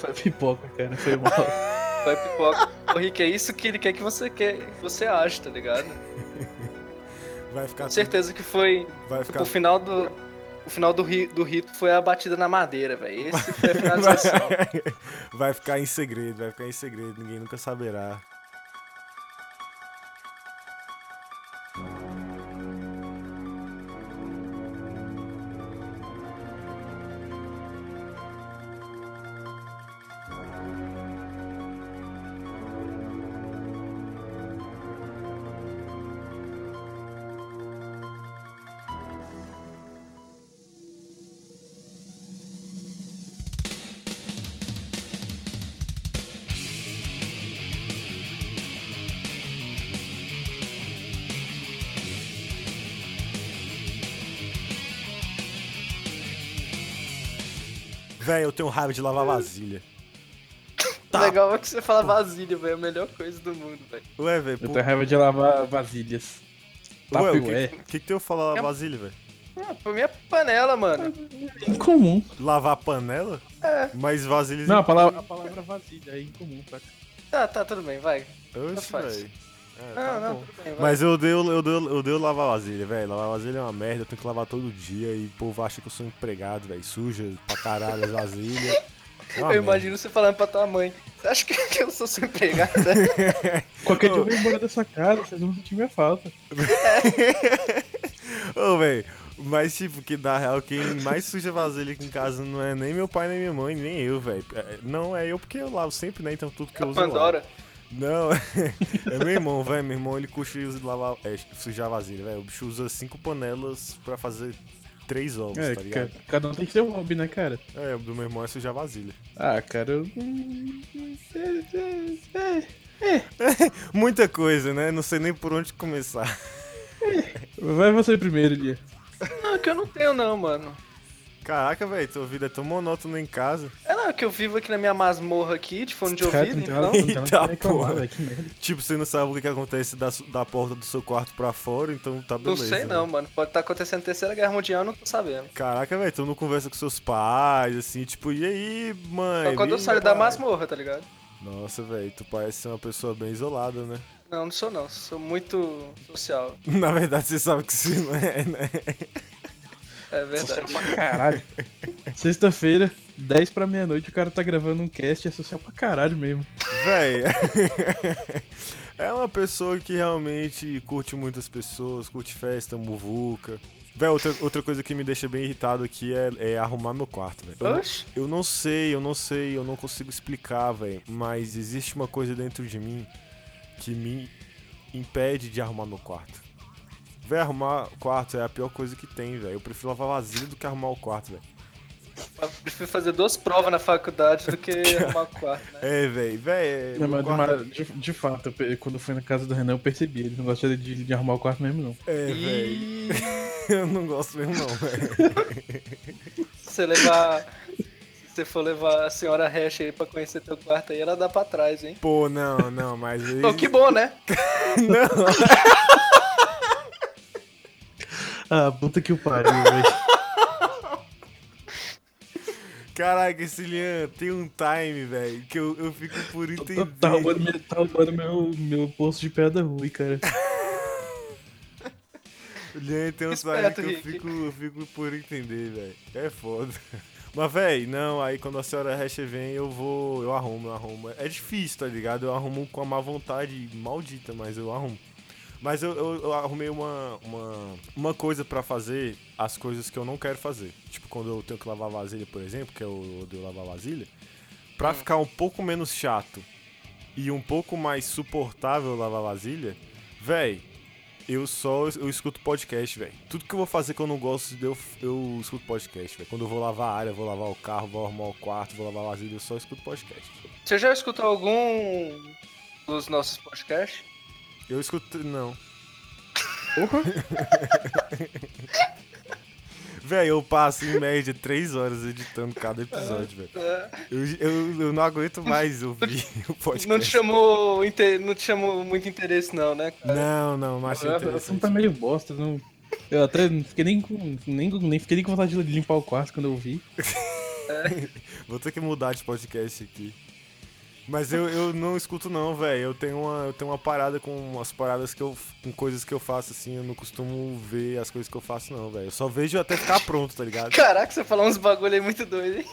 Speaker 1: Foi pipoca, cara. Foi mal.
Speaker 3: Vai pipoca. Ô Rick, é isso que ele quer que você quer, que você ache, tá ligado?
Speaker 2: Vai ficar.
Speaker 3: Com certeza que foi. tipo,
Speaker 2: Vai ficar.
Speaker 3: O final do. O final do, ri- do rito foi a batida na madeira, velho. Esse foi a finalização.
Speaker 2: vai ficar em segredo, vai ficar em segredo, ninguém nunca saberá. Véi, eu tenho raiva de lavar vasilha.
Speaker 3: O
Speaker 2: Tá.
Speaker 3: legal é que você fala vasilha, velho. É a melhor coisa do mundo, velho.
Speaker 2: Ué, velho,
Speaker 1: Eu
Speaker 2: pô-
Speaker 1: tenho é. raiva de lavar vasilhas.
Speaker 2: ué, o
Speaker 1: Tapué.
Speaker 2: que, que que tem eu falar lavar vasilha, velho?
Speaker 3: Ah, pra mim é panela, mano.
Speaker 1: É incomum.
Speaker 2: Lavar panela?
Speaker 3: É.
Speaker 2: Mas vasilha...
Speaker 1: Não, a palavra, a palavra vasilha é incomum, saca?
Speaker 3: Tá, tá, tudo bem, vai.
Speaker 2: Oxe,
Speaker 3: faz.
Speaker 2: véi. É, tá
Speaker 3: Ah, Não, não,
Speaker 2: bom.
Speaker 3: tudo bem, vai.
Speaker 2: Mas eu odeio, eu, odeio, eu odeio lavar vasilha, velho. Lavar vasilha é uma merda, eu tenho que lavar todo dia e o povo acha que eu sou um empregado, velho. Suja pra caralho as vasilhas. É uma merda.
Speaker 3: eu imagino você falando pra tua mãe. Você acha que que eu sou né? sua empregada?
Speaker 1: Qualquer dia eu vou embora dessa casa, vocês vão sentir minha falta.
Speaker 2: Ô, velho, mas tipo, que na real, quem mais suja vasilha aqui em casa não é nem meu pai, nem minha mãe, nem eu, velho. É, Não, é eu porque eu lavo sempre, né? Então tudo que eu uso. eu lavo.
Speaker 3: Pandora.
Speaker 2: Não, é meu irmão, velho. Meu irmão ele curte us- lavar, é, sujar vasilha, velho. O bicho usa cinco panelas pra fazer três ovos,
Speaker 1: É,
Speaker 2: tá
Speaker 1: cara,
Speaker 2: ligado?
Speaker 1: cada um tem seu hobby, né, cara?
Speaker 2: É, o do meu irmão é sujar vasilha.
Speaker 1: Ah, cara, eu. É,
Speaker 2: Muita coisa, né? Não sei nem por onde começar.
Speaker 1: Vai você primeiro, Lia.
Speaker 3: Não, que eu não tenho, não, mano.
Speaker 2: Caraca, velho, tua vida é tão monótona em casa.
Speaker 3: É não, que eu vivo aqui na minha masmorra aqui, de fone de
Speaker 1: Cara,
Speaker 3: ouvido,
Speaker 1: não tem nada-
Speaker 3: então.
Speaker 1: não tem nada pra
Speaker 2: Eita,
Speaker 1: reclamar,
Speaker 2: porra.
Speaker 1: velho, que merda.
Speaker 2: Tipo, você não sabe o que, que acontece da, su- da porta do seu quarto pra fora, então tá
Speaker 3: Não
Speaker 2: beleza.
Speaker 3: sei
Speaker 2: né?
Speaker 3: não, mano. Pode estar acontecendo Terceira Guerra Mundial, eu não tô sabendo.
Speaker 2: Caraca, velho, tu não conversa com seus pais, assim, tipo, e aí, mãe?
Speaker 3: Só quando eu
Speaker 2: Ih,
Speaker 3: saio da
Speaker 2: pai.
Speaker 3: masmorra, tá ligado?
Speaker 2: Nossa, velho, tu parece ser uma pessoa bem isolada, né?
Speaker 3: Não, não sou não. Sou muito social.
Speaker 2: Na verdade, você sabe que você não é, né?
Speaker 3: É verdade.
Speaker 1: Caralho. Sexta-feira, 10 pra meia-noite, o cara tá gravando um cast, é social pra caralho mesmo.
Speaker 2: Véi. é uma pessoa que realmente curte muitas pessoas, curte festa, muvuca. Véi, outra, outra coisa que me deixa bem irritado aqui é, é arrumar meu quarto, velho. Eu, não-
Speaker 3: Oxe.
Speaker 2: eu não sei, eu não sei, eu não consigo explicar, velho. Mas existe uma coisa dentro de mim que me impede de arrumar meu quarto. Véi, arrumar quarto é a pior coisa que tem, velho. Eu prefiro lavar vazio do que arrumar o quarto, velho.
Speaker 3: Eu prefiro fazer duas provas na faculdade do que arrumar o quarto, né?
Speaker 2: É, velho, velho.
Speaker 1: Não, mas- mas, de, de fato, eu pe- quando eu fui na casa do Renan, eu percebi, ele não gosta de, de arrumar o quarto mesmo, não.
Speaker 2: É, velho.
Speaker 3: E
Speaker 2: Eu não gosto mesmo, não, velho.
Speaker 3: se você levar. Se você for levar a senhora Hash aí pra conhecer teu quarto aí, ela dá pra trás, hein?
Speaker 2: Pô, não, não, mas. Aí...
Speaker 3: Pô, que bom, né?
Speaker 1: Ah, puta que o pariu, velho. Tá
Speaker 2: Caraca, esse Lian tem um time, velho, que eu, eu fico por entender.
Speaker 1: Tá roubando, meu, tá roubando meu, meu poço de pedra ruim, cara.
Speaker 2: O Lian tem um time
Speaker 3: Esperto,
Speaker 2: que eu
Speaker 3: Rick.
Speaker 2: fico, eu fico por entender, velho. É foda. Mas, velho, não, aí quando a senhora Hash vem, eu vou. Eu arrumo, eu arrumo. É difícil, tá ligado? Eu arrumo com a má vontade maldita, mas eu arrumo. Mas eu, eu- eu arrumei uma, uma, uma coisa pra fazer as coisas que eu não quero fazer. Tipo, quando eu tenho que lavar vasilha, por exemplo, que é eu odeio lavar vasilha. Pra ficar um pouco menos chato e um pouco mais suportável lavar vasilha, véi, eu só eu escuto podcast, véi. Tudo que eu vou fazer que eu não gosto, eu, eu escuto podcast, véi. Quando eu vou lavar a área, vou lavar o carro, vou arrumar o quarto, vou lavar a vasilha, eu só escuto podcast.
Speaker 3: Você já escutou algum dos nossos podcasts?
Speaker 2: Eu escuto. Não. Véi, eu passo em média três horas editando cada episódio, véi.
Speaker 3: É.
Speaker 2: Eu, eu, eu não aguento mais ouvir o podcast.
Speaker 3: Não te chamou. inte- Não te chamou muito interesse, não, né, cara?
Speaker 2: Não, não, não achei
Speaker 1: O assunto tá
Speaker 2: interessante.
Speaker 1: meio bosta, não. Eu até não fiquei nem com, nem, nem fiquei nem com vontade de limpar o quarto quando eu vi.
Speaker 2: Vou ter que mudar de podcast aqui. Mas eu, eu não escuto não, velho. Eu tenho uma eu tenho uma parada com as paradas que eu com coisas que eu faço assim, eu não costumo ver as coisas que eu faço não, velho. Eu só vejo até ficar pronto, tá ligado?
Speaker 3: Caraca, você falou uns bagulho aí muito doido, hein?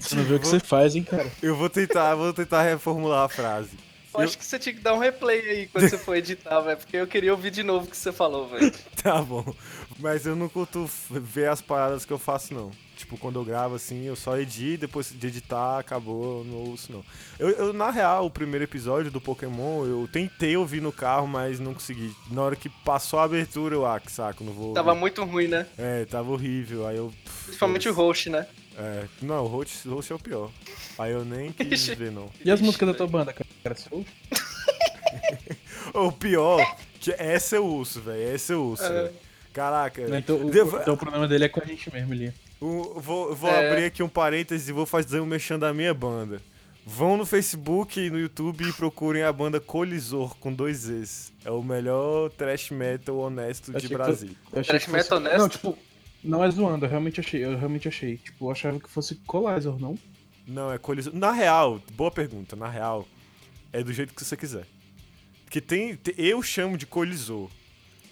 Speaker 1: Você não vê o que você faz, hein, cara.
Speaker 2: Eu vou tentar, vou tentar reformular a frase.
Speaker 3: Eu acho que você tinha que dar um replay aí quando você for editar, velho. Porque eu queria ouvir de novo o que você falou, velho.
Speaker 2: Tá bom. Mas eu não curto f- ver as paradas que eu faço, não. Tipo, quando eu gravo assim, eu só edito, depois de editar, acabou, eu não ouço, não. Eu, eu, na real, o primeiro episódio do Pokémon, eu tentei ouvir no carro, mas não consegui. Na hora que passou a abertura, eu, ah, que saco, não vou.
Speaker 3: Tava muito ruim, né?
Speaker 2: É, tava horrível. Aí eu.
Speaker 3: Principalmente o host, né?
Speaker 2: É, não, o host, o host é o pior. Aí eu nem quis ver, não.
Speaker 1: E as músicas da tua banda, cara? Você ouve?
Speaker 2: O pior, que essa eu ouço, velho. Essa eu ouço,
Speaker 3: É.
Speaker 2: velho. Caraca.
Speaker 1: Não, Então, o,
Speaker 2: Devo-
Speaker 1: então o problema dele é com a gente mesmo ali.
Speaker 2: O- Um, vou vou
Speaker 3: É.
Speaker 2: abrir aqui um parêntese e vou fazer um mexendo da minha banda. Vão no Facebook e no YouTube e procurem a banda Colisor com dois Z's. É o melhor thrash metal honesto de
Speaker 1: Achei que
Speaker 2: Brasil.
Speaker 1: Eu achei
Speaker 3: Trash
Speaker 1: que fosse-
Speaker 3: metal honesto.
Speaker 1: Não, tipo, não é zoando, eu realmente achei, eu realmente achei. Tipo, eu achava que fosse Colisor, não?
Speaker 2: Não, é Colisor. Na real, boa pergunta, na real, é do jeito que você quiser. Porque tem. te- Eu chamo de Colisor.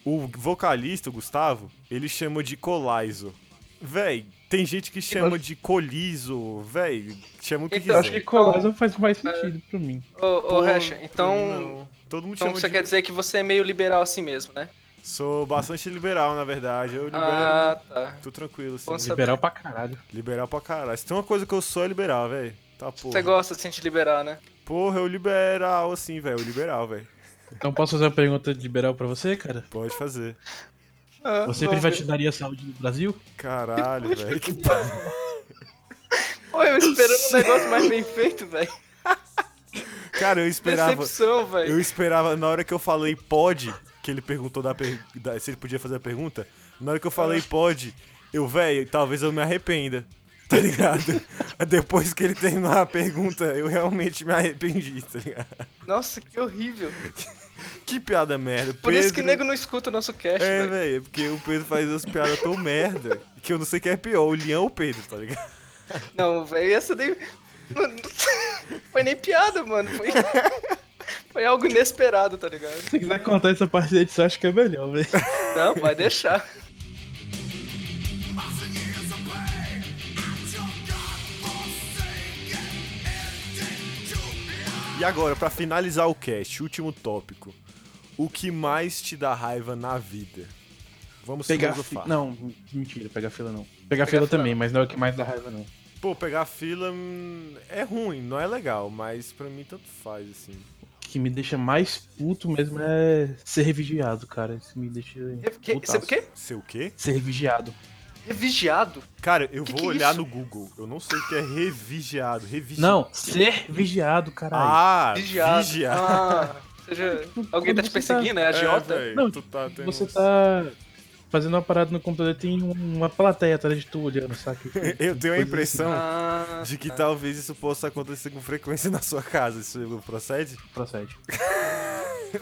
Speaker 2: O vocalista, o Gustavo, ele chama de Coliso. Véi, tem gente que chama de Coliso, véi. Chama o que
Speaker 3: Então,
Speaker 2: quiser.
Speaker 1: Eu acho que é. Tá Colisor faz mais sentido pra mim.
Speaker 3: Ô, ô
Speaker 2: Pô,
Speaker 3: Hash, então.
Speaker 2: não. Todo mundo
Speaker 3: Então
Speaker 2: chama
Speaker 3: você
Speaker 2: de...
Speaker 3: quer dizer que você é meio liberal assim mesmo, né?
Speaker 2: Sou bastante liberal, na verdade. Eu libero...
Speaker 3: Ah, tá.
Speaker 2: Tô tranquilo, assim.
Speaker 3: Bom saber.
Speaker 1: Liberal pra caralho.
Speaker 2: Liberal pra caralho. Se tem uma coisa que eu sou, é liberal, velho. Tá
Speaker 3: Você
Speaker 2: porra.
Speaker 3: gosta assim de liberal, né?
Speaker 2: Porra, eu liberal, assim, velho. Eu liberal, velho.
Speaker 1: Então posso fazer uma pergunta de liberal pra você, cara?
Speaker 2: Pode fazer.
Speaker 3: Ah,
Speaker 1: Você
Speaker 3: vamos ver.
Speaker 1: privatizaria a saúde do Brasil?
Speaker 2: Caralho, velho. Que pa-
Speaker 3: Pô, eu esperando um negócio mais bem feito, velho.
Speaker 2: Cara, eu esperava...
Speaker 3: Decepção, velho.
Speaker 2: Eu esperava, na hora que eu falei pode, que ele perguntou da per- da- se ele podia fazer a pergunta, na hora que eu falei pode, eu, velho, talvez eu me arrependa. Tá ligado? Depois que ele terminou a pergunta, eu realmente me arrependi, tá ligado?
Speaker 3: Nossa, que horrível.
Speaker 2: Que piada merda.
Speaker 3: Por isso que o
Speaker 2: Pedro-
Speaker 3: nego não escuta o nosso cast,
Speaker 2: É,
Speaker 3: velho.
Speaker 2: velho, porque o Pedro faz as piadas tão merda que eu não sei quem é pior, o Leão ou o Pedro, tá ligado?
Speaker 3: Não, velho, essa daí. Mano, foi nem piada, mano. Foi... foi algo inesperado, tá ligado?
Speaker 1: Se você quiser contar essa parte da edição, acho que é melhor, velho.
Speaker 3: Não, vai deixar.
Speaker 2: E agora, pra finalizar o cast, último tópico. O que mais te dá raiva na vida? Vamos
Speaker 1: Pegar
Speaker 2: filosofar.
Speaker 1: fila. Não, mentira, pegar fila não. Pegar, fila,
Speaker 3: fila.
Speaker 1: também, mas não é o que mais dá raiva, não.
Speaker 2: Pô, pegar fila hum, é ruim, não é legal, mas pra mim tanto faz, assim.
Speaker 1: O que me deixa mais puto mesmo é ser vigiado, cara. Isso me deixa.
Speaker 3: Que-
Speaker 1: putaço.
Speaker 3: É Sabe o quê? É
Speaker 2: Sei o quê?
Speaker 1: Ser vigiado.
Speaker 3: Revigiado.
Speaker 2: Cara, eu
Speaker 3: Que
Speaker 2: vou
Speaker 3: que é
Speaker 2: olhar
Speaker 3: isso?
Speaker 2: no Google. Eu não sei o que é revigiado. Revigiado.
Speaker 1: Não, ser vigiado, caralho.
Speaker 2: Ah,
Speaker 3: Vigiado.
Speaker 2: vigiado.
Speaker 3: Ah, ou seja, alguém tá te
Speaker 1: Quando você tá-
Speaker 3: perseguindo, né? Agiota?
Speaker 1: Não,
Speaker 2: tu tá tendo
Speaker 1: Você
Speaker 2: uns-
Speaker 1: tá fazendo uma parada no computador tem um- uma plateia atrás de tu olhando, saca?
Speaker 2: Eu tenho a
Speaker 1: Coisa
Speaker 2: impressão
Speaker 3: Ah,
Speaker 2: de que talvez isso possa acontecer com frequência na sua casa. Isso procede?
Speaker 1: assim, procede.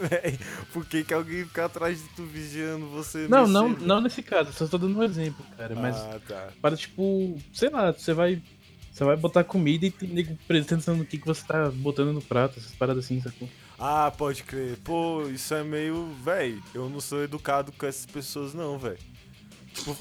Speaker 2: Véi, Por que, que alguém fica atrás de tu vigiando você?
Speaker 1: Não,
Speaker 2: nesse-
Speaker 1: não, não nesse caso, só tô dando um exemplo, cara. Mas
Speaker 2: Ah, tá.
Speaker 1: para tipo, sei lá, você vai. Você vai botar comida e tem nego preso pensando no que, que você tá botando no prato, essas paradas assim, sacou?
Speaker 2: Ah, pode crer. Pô, isso é meio. Véi, eu não sou educado com essas pessoas, não, véi. Tipo.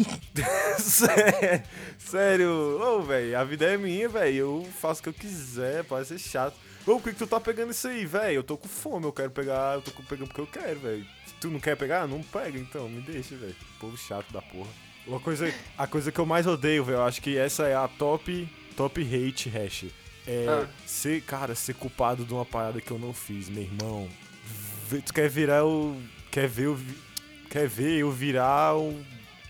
Speaker 2: sé- Sério. Ô, véi, a vida é minha, véi. Eu faço o que eu quiser, pode ser chato. Ô, por que, que tu tá pegando isso aí, véi? Eu tô com fome, eu quero pegar. Eu tô com- pegando porque eu quero, véi. Se tu não quer pegar, não pega, então. Me deixa, véi. Povo chato da porra. Uma coisa. A coisa que eu mais odeio, véi, eu acho que essa é a top. Top hate hash. É.
Speaker 3: Ah.
Speaker 2: Ser, cara, ser culpado de uma parada que eu não fiz, meu irmão. Vê- Tu quer virar o. Quer ver eu. vi- Quer ver eu virar um,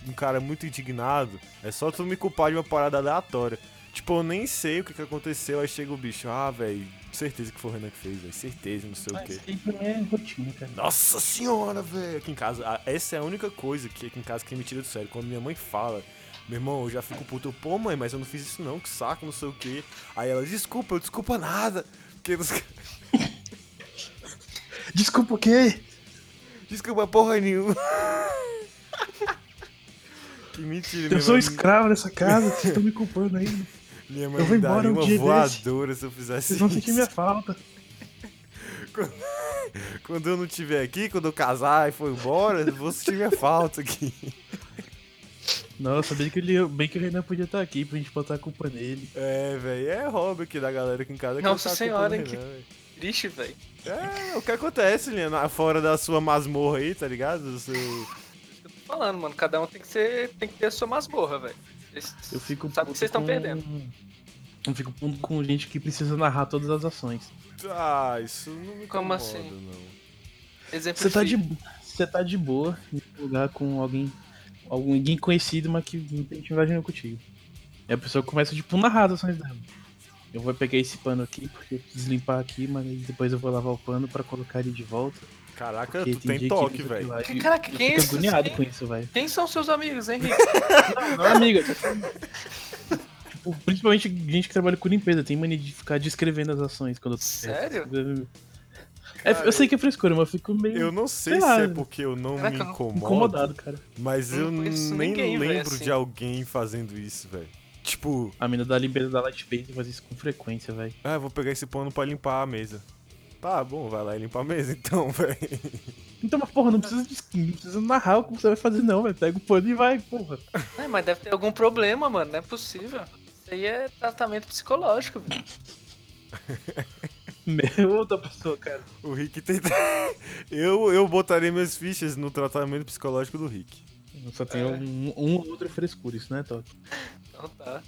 Speaker 2: um cara muito indignado? É só tu me culpar de uma parada aleatória. Tipo, eu nem sei o que, que aconteceu, aí chega o bicho, ah, velho, certeza que foi o Renan que fez, velho, certeza, não sei o
Speaker 1: Mas
Speaker 2: quê.
Speaker 1: isso aí pra mim é rotina, cara.
Speaker 2: Nossa senhora, velho! Aqui em casa, a- essa é a única coisa que aqui em casa que me tira do sério. Quando minha mãe fala, meu irmão, eu já fico puto, eu, pô, mãe, mas eu não fiz isso não, que saco, não sei o quê. Aí ela, desculpa, eu desculpa nada. Porque você-
Speaker 1: Desculpa o quê?
Speaker 2: Desculpa porra nenhuma. que mentira,
Speaker 1: Eu
Speaker 2: minha
Speaker 1: sou um
Speaker 2: mãe-
Speaker 1: escravo nessa casa, vocês estão me culpando ainda.
Speaker 2: Minha mãe
Speaker 1: eu vou
Speaker 2: me daria
Speaker 1: embora um
Speaker 2: uma
Speaker 1: dia desse.
Speaker 2: voadora se eu fizesse
Speaker 1: Vocês vão sentir
Speaker 2: isso.
Speaker 1: minha falta.
Speaker 2: Quando eu não estiver aqui, quando eu casar e for embora, eu vou sentir minha falta aqui.
Speaker 1: Nossa, bem que, ele, bem que o Renan podia estar aqui pra gente botar a culpa nele.
Speaker 2: É, velho, é hobby aqui da galera aqui em casa. que
Speaker 3: Nossa
Speaker 2: tá
Speaker 3: senhora,
Speaker 2: acompanhando,
Speaker 3: que-
Speaker 2: né, velho?
Speaker 3: Triste, velho.
Speaker 2: É, o que acontece, Liana, fora da sua masmorra aí, tá ligado? Do seu-
Speaker 3: Eu tô falando, mano. Cada um tem que ser. tem que ter a sua masmorra, velho. Vocês-
Speaker 1: Eu fico
Speaker 3: Sabe o que vocês estão
Speaker 1: puto com-
Speaker 3: perdendo.
Speaker 1: Eu fico puto com gente que precisa narrar todas as ações.
Speaker 2: Ah, isso não me
Speaker 3: Como
Speaker 2: incomoda,
Speaker 3: assim?
Speaker 2: não.
Speaker 3: Exemplo
Speaker 1: Você tá de, você tá de boa em um lugar com alguém, algum, alguém conhecido, mas que não tem que imaginar contigo. E a pessoa começa, tipo, narrar as ações dela. Eu vou pegar esse pano aqui, porque eu preciso limpar aqui, mas aí depois eu vou lavar o pano pra colocar ele de volta.
Speaker 2: Caraca,
Speaker 1: Porque
Speaker 2: tu tem
Speaker 1: dia que
Speaker 2: toque,
Speaker 1: fica
Speaker 2: velho.
Speaker 1: lá e-
Speaker 3: Caraca,
Speaker 1: eu
Speaker 3: quem é
Speaker 1: fico
Speaker 3: esse?
Speaker 1: agoniado
Speaker 3: Quem-
Speaker 1: com isso, velho.
Speaker 3: Quem são seus amigos, hein, Rick?
Speaker 1: Não, amiga. tipo, principalmente gente que trabalha com limpeza, tem mania de ficar descrevendo as ações quando eu tô
Speaker 3: Sério?
Speaker 1: perto. É, eu sei que é frescura, mas eu fico meio
Speaker 2: Eu não sei
Speaker 1: Sei lá,
Speaker 2: se é porque eu não
Speaker 3: Caraca, eu
Speaker 2: me
Speaker 3: não-
Speaker 2: incomodo,
Speaker 1: incomodado, cara.
Speaker 2: mas
Speaker 3: Eu
Speaker 2: eu
Speaker 3: não
Speaker 2: nem
Speaker 3: conheço ninguém, velho,
Speaker 2: lembro
Speaker 3: assim.
Speaker 2: de alguém fazendo isso, velho. Tipo,
Speaker 1: A mina da limpeza da Lightbase faz isso com frequência, velho.
Speaker 2: ah, eu vou pegar esse pano pra limpar a mesa. Tá bom, vai lá e limpa a mesa então, velho.
Speaker 1: Então, mas porra, não precisa, de- não precisa narrar o que você vai fazer, não, velho. Pega o pano e vai, porra.
Speaker 3: É, mas deve ter algum problema, mano. Não é possível. Isso aí é tratamento psicológico, velho.
Speaker 1: Meu, outra pessoa, cara.
Speaker 2: O Rick tenta. Eu, eu botarei minhas fichas no tratamento psicológico do Rick.
Speaker 1: Eu Só tem
Speaker 3: É.
Speaker 1: um, um ou outro frescura, isso, né, Toque?
Speaker 3: Então tá.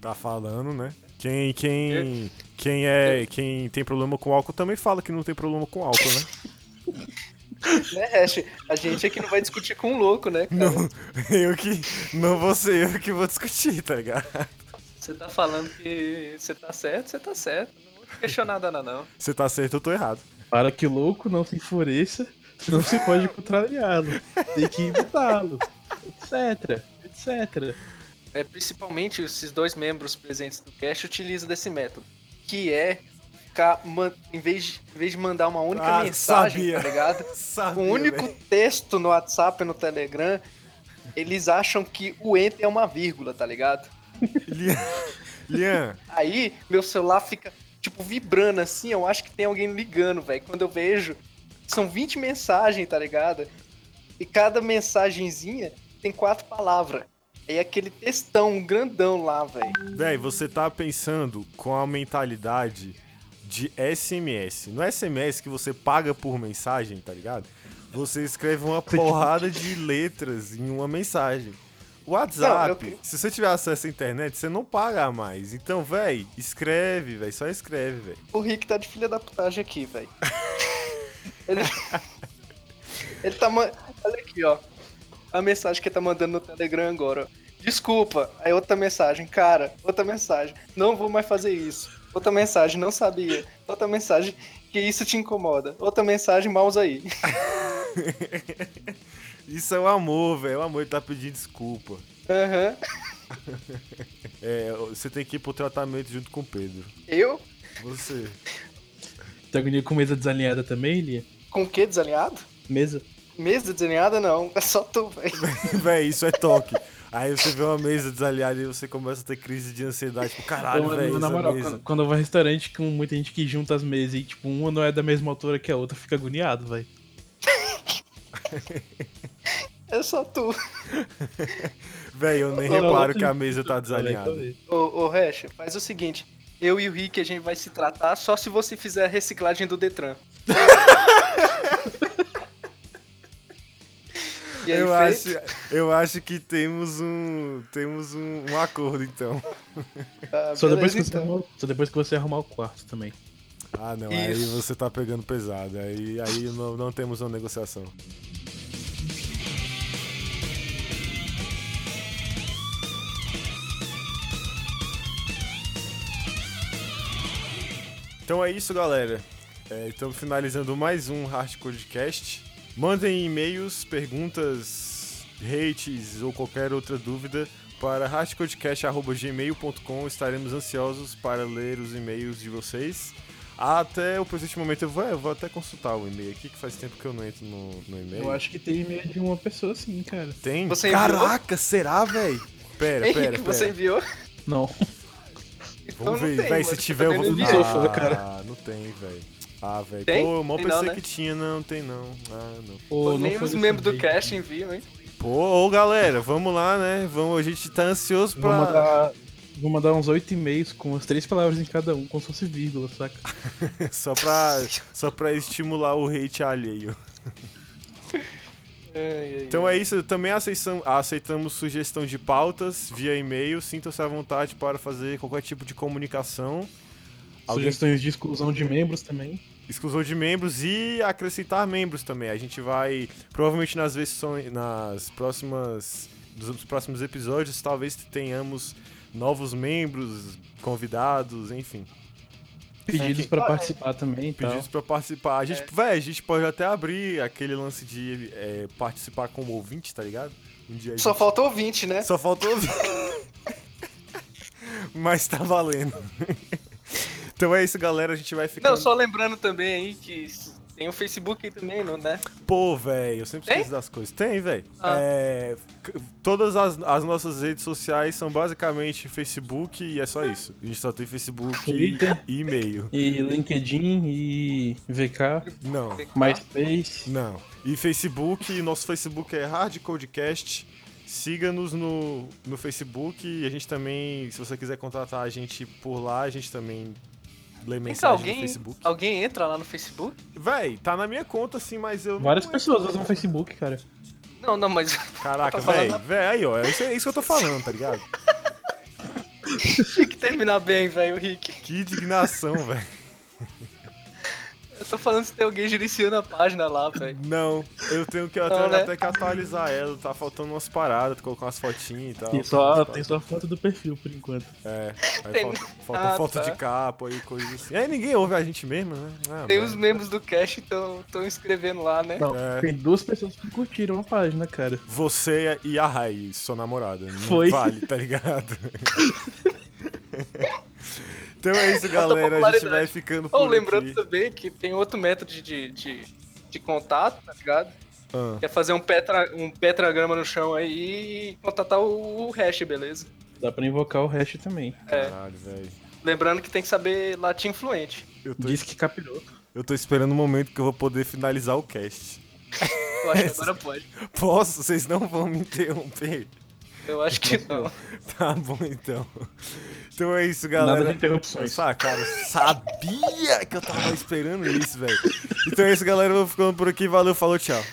Speaker 2: Tá falando, né? Quem, quem, quem é, quem tem problema com álcool também fala que não tem problema com álcool, né?
Speaker 3: Né, Hash? A gente aqui não vai discutir com um louco, né, cara?
Speaker 2: Não, eu que, não vou ser eu que vou discutir, tá ligado?
Speaker 3: Você tá falando que você tá certo, você tá certo. Não vou questionar nada, não.
Speaker 2: Você tá certo, eu tô errado.
Speaker 1: Para que o louco não se enfureça, senão você pode contrariá-lo. Tem que imitá-lo, etc, etc.
Speaker 3: É, principalmente esses dois membros presentes do cast utilizam desse método. Que é ficar, man- em, vez de, em vez de mandar uma única
Speaker 2: Ah,
Speaker 3: mensagem,
Speaker 2: sabia.
Speaker 3: tá ligado?
Speaker 2: Sabe,
Speaker 3: O único texto no WhatsApp e no Telegram, eles acham que o enter é uma vírgula, tá ligado?
Speaker 2: Lian, Lian,
Speaker 3: Aí, meu celular fica, tipo, vibrando assim. Eu acho que tem alguém ligando, velho. Quando eu vejo, são 20 mensagens, tá ligado? E cada mensagenzinha tem quatro palavras. Aí é aquele textão grandão lá, velho.
Speaker 2: véi, você tá pensando com a mentalidade de SMS. No SMS que você paga por mensagem, tá ligado? Você escreve uma porrada de letras em uma mensagem. O WhatsApp,
Speaker 3: Não, eu-
Speaker 2: se você tiver acesso à internet, você não paga mais. Então, véi, escreve, véi, só escreve, véi.
Speaker 3: O Rick tá de filha da putagem aqui, velho. Ele... Ele tá mandando. Olha aqui, ó. A mensagem que ele tá mandando no Telegram agora. ó. Desculpa. Aí outra mensagem. Cara, outra mensagem. Não vou mais fazer isso. Outra mensagem. Não sabia. Outra mensagem. Que isso te incomoda. Outra mensagem. Mouse aí.
Speaker 2: Isso é o amor, velho. O amor ele tá pedindo desculpa.
Speaker 3: Aham.
Speaker 2: É, você tem que ir pro tratamento junto com o Pedro.
Speaker 3: Eu?
Speaker 2: Você.
Speaker 1: Tá agonia com mesa desalinhada também, Lia?
Speaker 3: Com o quê? Desalinhado?
Speaker 1: Mesa?
Speaker 3: Mesa desalinhada? Não. É só tu, velho.
Speaker 2: Véi, isso é toque. Aí você vê uma mesa desalinhada e você começa a ter crise de ansiedade. Tipo, caralho,
Speaker 1: Eu,
Speaker 2: velho,
Speaker 1: Ah, na
Speaker 2: essa
Speaker 1: moral,
Speaker 2: mesa.
Speaker 1: quando, quando eu vou a restaurante com muita gente que junta as mesas e, tipo, uma não é da mesma altura que a outra, fica agoniado, velho.
Speaker 3: É só tu.
Speaker 2: Véi, eu nem
Speaker 1: Não, não,
Speaker 2: reparo
Speaker 1: não,
Speaker 2: que a
Speaker 1: não.
Speaker 2: mesa tá desalinhada.
Speaker 3: Ô, ô Hash, faz o seguinte. Eu e o Rick, a gente vai se tratar só se você fizer a reciclagem do Detran. e aí,
Speaker 2: Eu acho,
Speaker 3: feito?
Speaker 2: eu acho que temos um. Temos um, um acordo, então.
Speaker 3: Ah,
Speaker 1: Só depois,
Speaker 3: beleza,
Speaker 1: que você
Speaker 3: então.
Speaker 1: arrumar, só depois que você arrumar o quarto também.
Speaker 2: Ah, não. Aí
Speaker 3: Isso.
Speaker 2: você tá pegando pesado. Aí, aí não, não temos uma negociação. Então é isso, galera. É, estamos finalizando mais um Hardcodecast. Mandem e-mails, perguntas, hates ou qualquer outra dúvida para hardcodecast.gmail.com. Estaremos ansiosos para ler os e-mails de vocês. Até o presente momento, eu vou, eu vou até consultar o e-mail aqui, que faz tempo que eu não entro no, no e-mail.
Speaker 1: Eu acho que tem e-mail de uma pessoa sim, cara.
Speaker 2: Tem?
Speaker 3: Você enviou?
Speaker 2: Caraca, será, velho? Pera,
Speaker 3: Henrique,
Speaker 2: pera, pera.
Speaker 3: você enviou?
Speaker 1: Não.
Speaker 3: Então
Speaker 2: Vamos
Speaker 3: não
Speaker 2: ver,
Speaker 3: tem,
Speaker 2: velho,
Speaker 3: mano,
Speaker 2: se
Speaker 3: você
Speaker 2: tiver
Speaker 3: tá
Speaker 2: eu vou...
Speaker 3: vendo
Speaker 1: vídeo?
Speaker 2: Ah,
Speaker 1: Sofá, cara.
Speaker 2: não tem, velho. Ah, velho.
Speaker 3: Tem?
Speaker 2: Pô, eu mal
Speaker 3: Tem
Speaker 2: pensei
Speaker 3: não, né?
Speaker 2: que tinha, não, tem não. Ah, não.
Speaker 1: Pô,
Speaker 3: Nem
Speaker 1: não foi
Speaker 3: os
Speaker 1: desse
Speaker 3: membros do
Speaker 1: jeito.
Speaker 3: Cash enviam, hein?
Speaker 2: Pô, ô galera, vamos lá, né? Vamos, a gente tá ansioso
Speaker 1: Vou
Speaker 2: pra...
Speaker 1: mandar, vou mandar uns oito e-mails com as três palavras em cada um, como se fosse vírgula, saca?
Speaker 2: só, pra só pra estimular o hate alheio. Então é isso, também aceição- aceitamos sugestão de pautas via e-mail. Sintam-se à vontade para fazer qualquer tipo de comunicação, Alguém-
Speaker 1: Sugestões de exclusão de membros também.
Speaker 2: exclusão de membros e acrescentar membros também. A gente vai, provavelmente nas versões, nas próximas, dos próximos episódios, talvez tenhamos novos membros, convidados, enfim,
Speaker 1: É, Pedidos pra participar também e tal.
Speaker 2: pedidos para participar. A gente,
Speaker 3: É.
Speaker 2: véi, a gente pode até abrir aquele lance de é, participar como ouvinte, tá ligado? Um dia a
Speaker 3: é Só
Speaker 2: gente-
Speaker 3: faltou 20, né?
Speaker 2: Só faltou. Mas tá valendo. Então é isso, galera. A gente vai ficar.
Speaker 3: Não, só lembrando também aí que tem o Facebook aí também, não, né?
Speaker 2: Pô, velho, eu sempre
Speaker 3: Tem?
Speaker 2: esqueço das coisas. Tem, velho.
Speaker 3: Ah.
Speaker 2: É, c- Todas as, as nossas redes sociais são basicamente Facebook e é só isso. A gente só tem Facebook e-
Speaker 1: Twitter.
Speaker 2: e e-mail.
Speaker 1: E LinkedIn e VK,
Speaker 2: Não,
Speaker 1: MySpace.
Speaker 2: não. E Facebook, nosso Facebook é Hardcodecast. Siga-nos no, no Facebook e a gente também, se você quiser contratar a gente por lá, a gente também lê
Speaker 3: Pensa,
Speaker 2: mensagem no
Speaker 3: alguém,
Speaker 2: Facebook.
Speaker 3: alguém entra lá no Facebook?
Speaker 2: Véi, tá na minha conta assim, mas eu. não-
Speaker 1: Várias pessoas usam Facebook, cara.
Speaker 3: Não, não, mas
Speaker 2: Caraca,
Speaker 3: Eu tô Tá falando-
Speaker 2: véi, véi, aí ó, é isso, é isso que eu tô falando, tá ligado?
Speaker 3: tem que terminar bem, velho, o Rick.
Speaker 2: Que indignação, véi.
Speaker 3: Eu tô falando se tem alguém gerenciando a página lá, velho.
Speaker 2: Não, eu tenho que até,
Speaker 3: Não, né?
Speaker 2: até que atualizar ela, tá faltando umas paradas, colocar umas fotinhas e tal.
Speaker 1: Tem só, tem só a foto do perfil por enquanto.
Speaker 2: É, aí
Speaker 3: Tem-
Speaker 2: falta, falta
Speaker 3: Ah,
Speaker 2: foto
Speaker 3: tá.
Speaker 2: de capa e coisa assim. Aí ninguém ouve a gente mesmo, né? Ah,
Speaker 3: Tem
Speaker 2: mano.
Speaker 3: os membros do Cash estão tão escrevendo lá, né?
Speaker 1: Não,
Speaker 2: É.
Speaker 1: tem duas pessoas que curtiram a página, cara.
Speaker 2: Você e a Rai, sua namorada. Não
Speaker 1: Foi.
Speaker 2: vale, tá ligado? então é isso,
Speaker 3: Alta
Speaker 2: galera. A gente vai
Speaker 3: popularidade.
Speaker 2: ficando por
Speaker 3: Ou lembrando
Speaker 2: aqui.
Speaker 3: também que tem outro método de, de, de contato, tá ligado?
Speaker 2: Ah.
Speaker 3: Quer fazer um, petra, um petragrama no chão aí e contatar o, o hash, beleza?
Speaker 1: Dá pra invocar o hash também.
Speaker 3: É.
Speaker 2: Caralho, velho.
Speaker 3: Lembrando que tem que saber latim fluente.
Speaker 2: Eu tô
Speaker 1: Diz que capiroto.
Speaker 2: Eu tô esperando o momento que eu vou poder finalizar o cast.
Speaker 3: Eu acho que agora pode.
Speaker 2: Posso? Vocês não vão me interromper?
Speaker 3: Eu acho que não.
Speaker 2: Tá bom, então. Então é isso,
Speaker 1: Nada
Speaker 2: galera.
Speaker 1: de interrupções.
Speaker 2: Ah, cara, eu sabia que eu tava esperando isso, velho. Então é isso, galera. Eu vou ficando por aqui. Valeu, falou, tchau.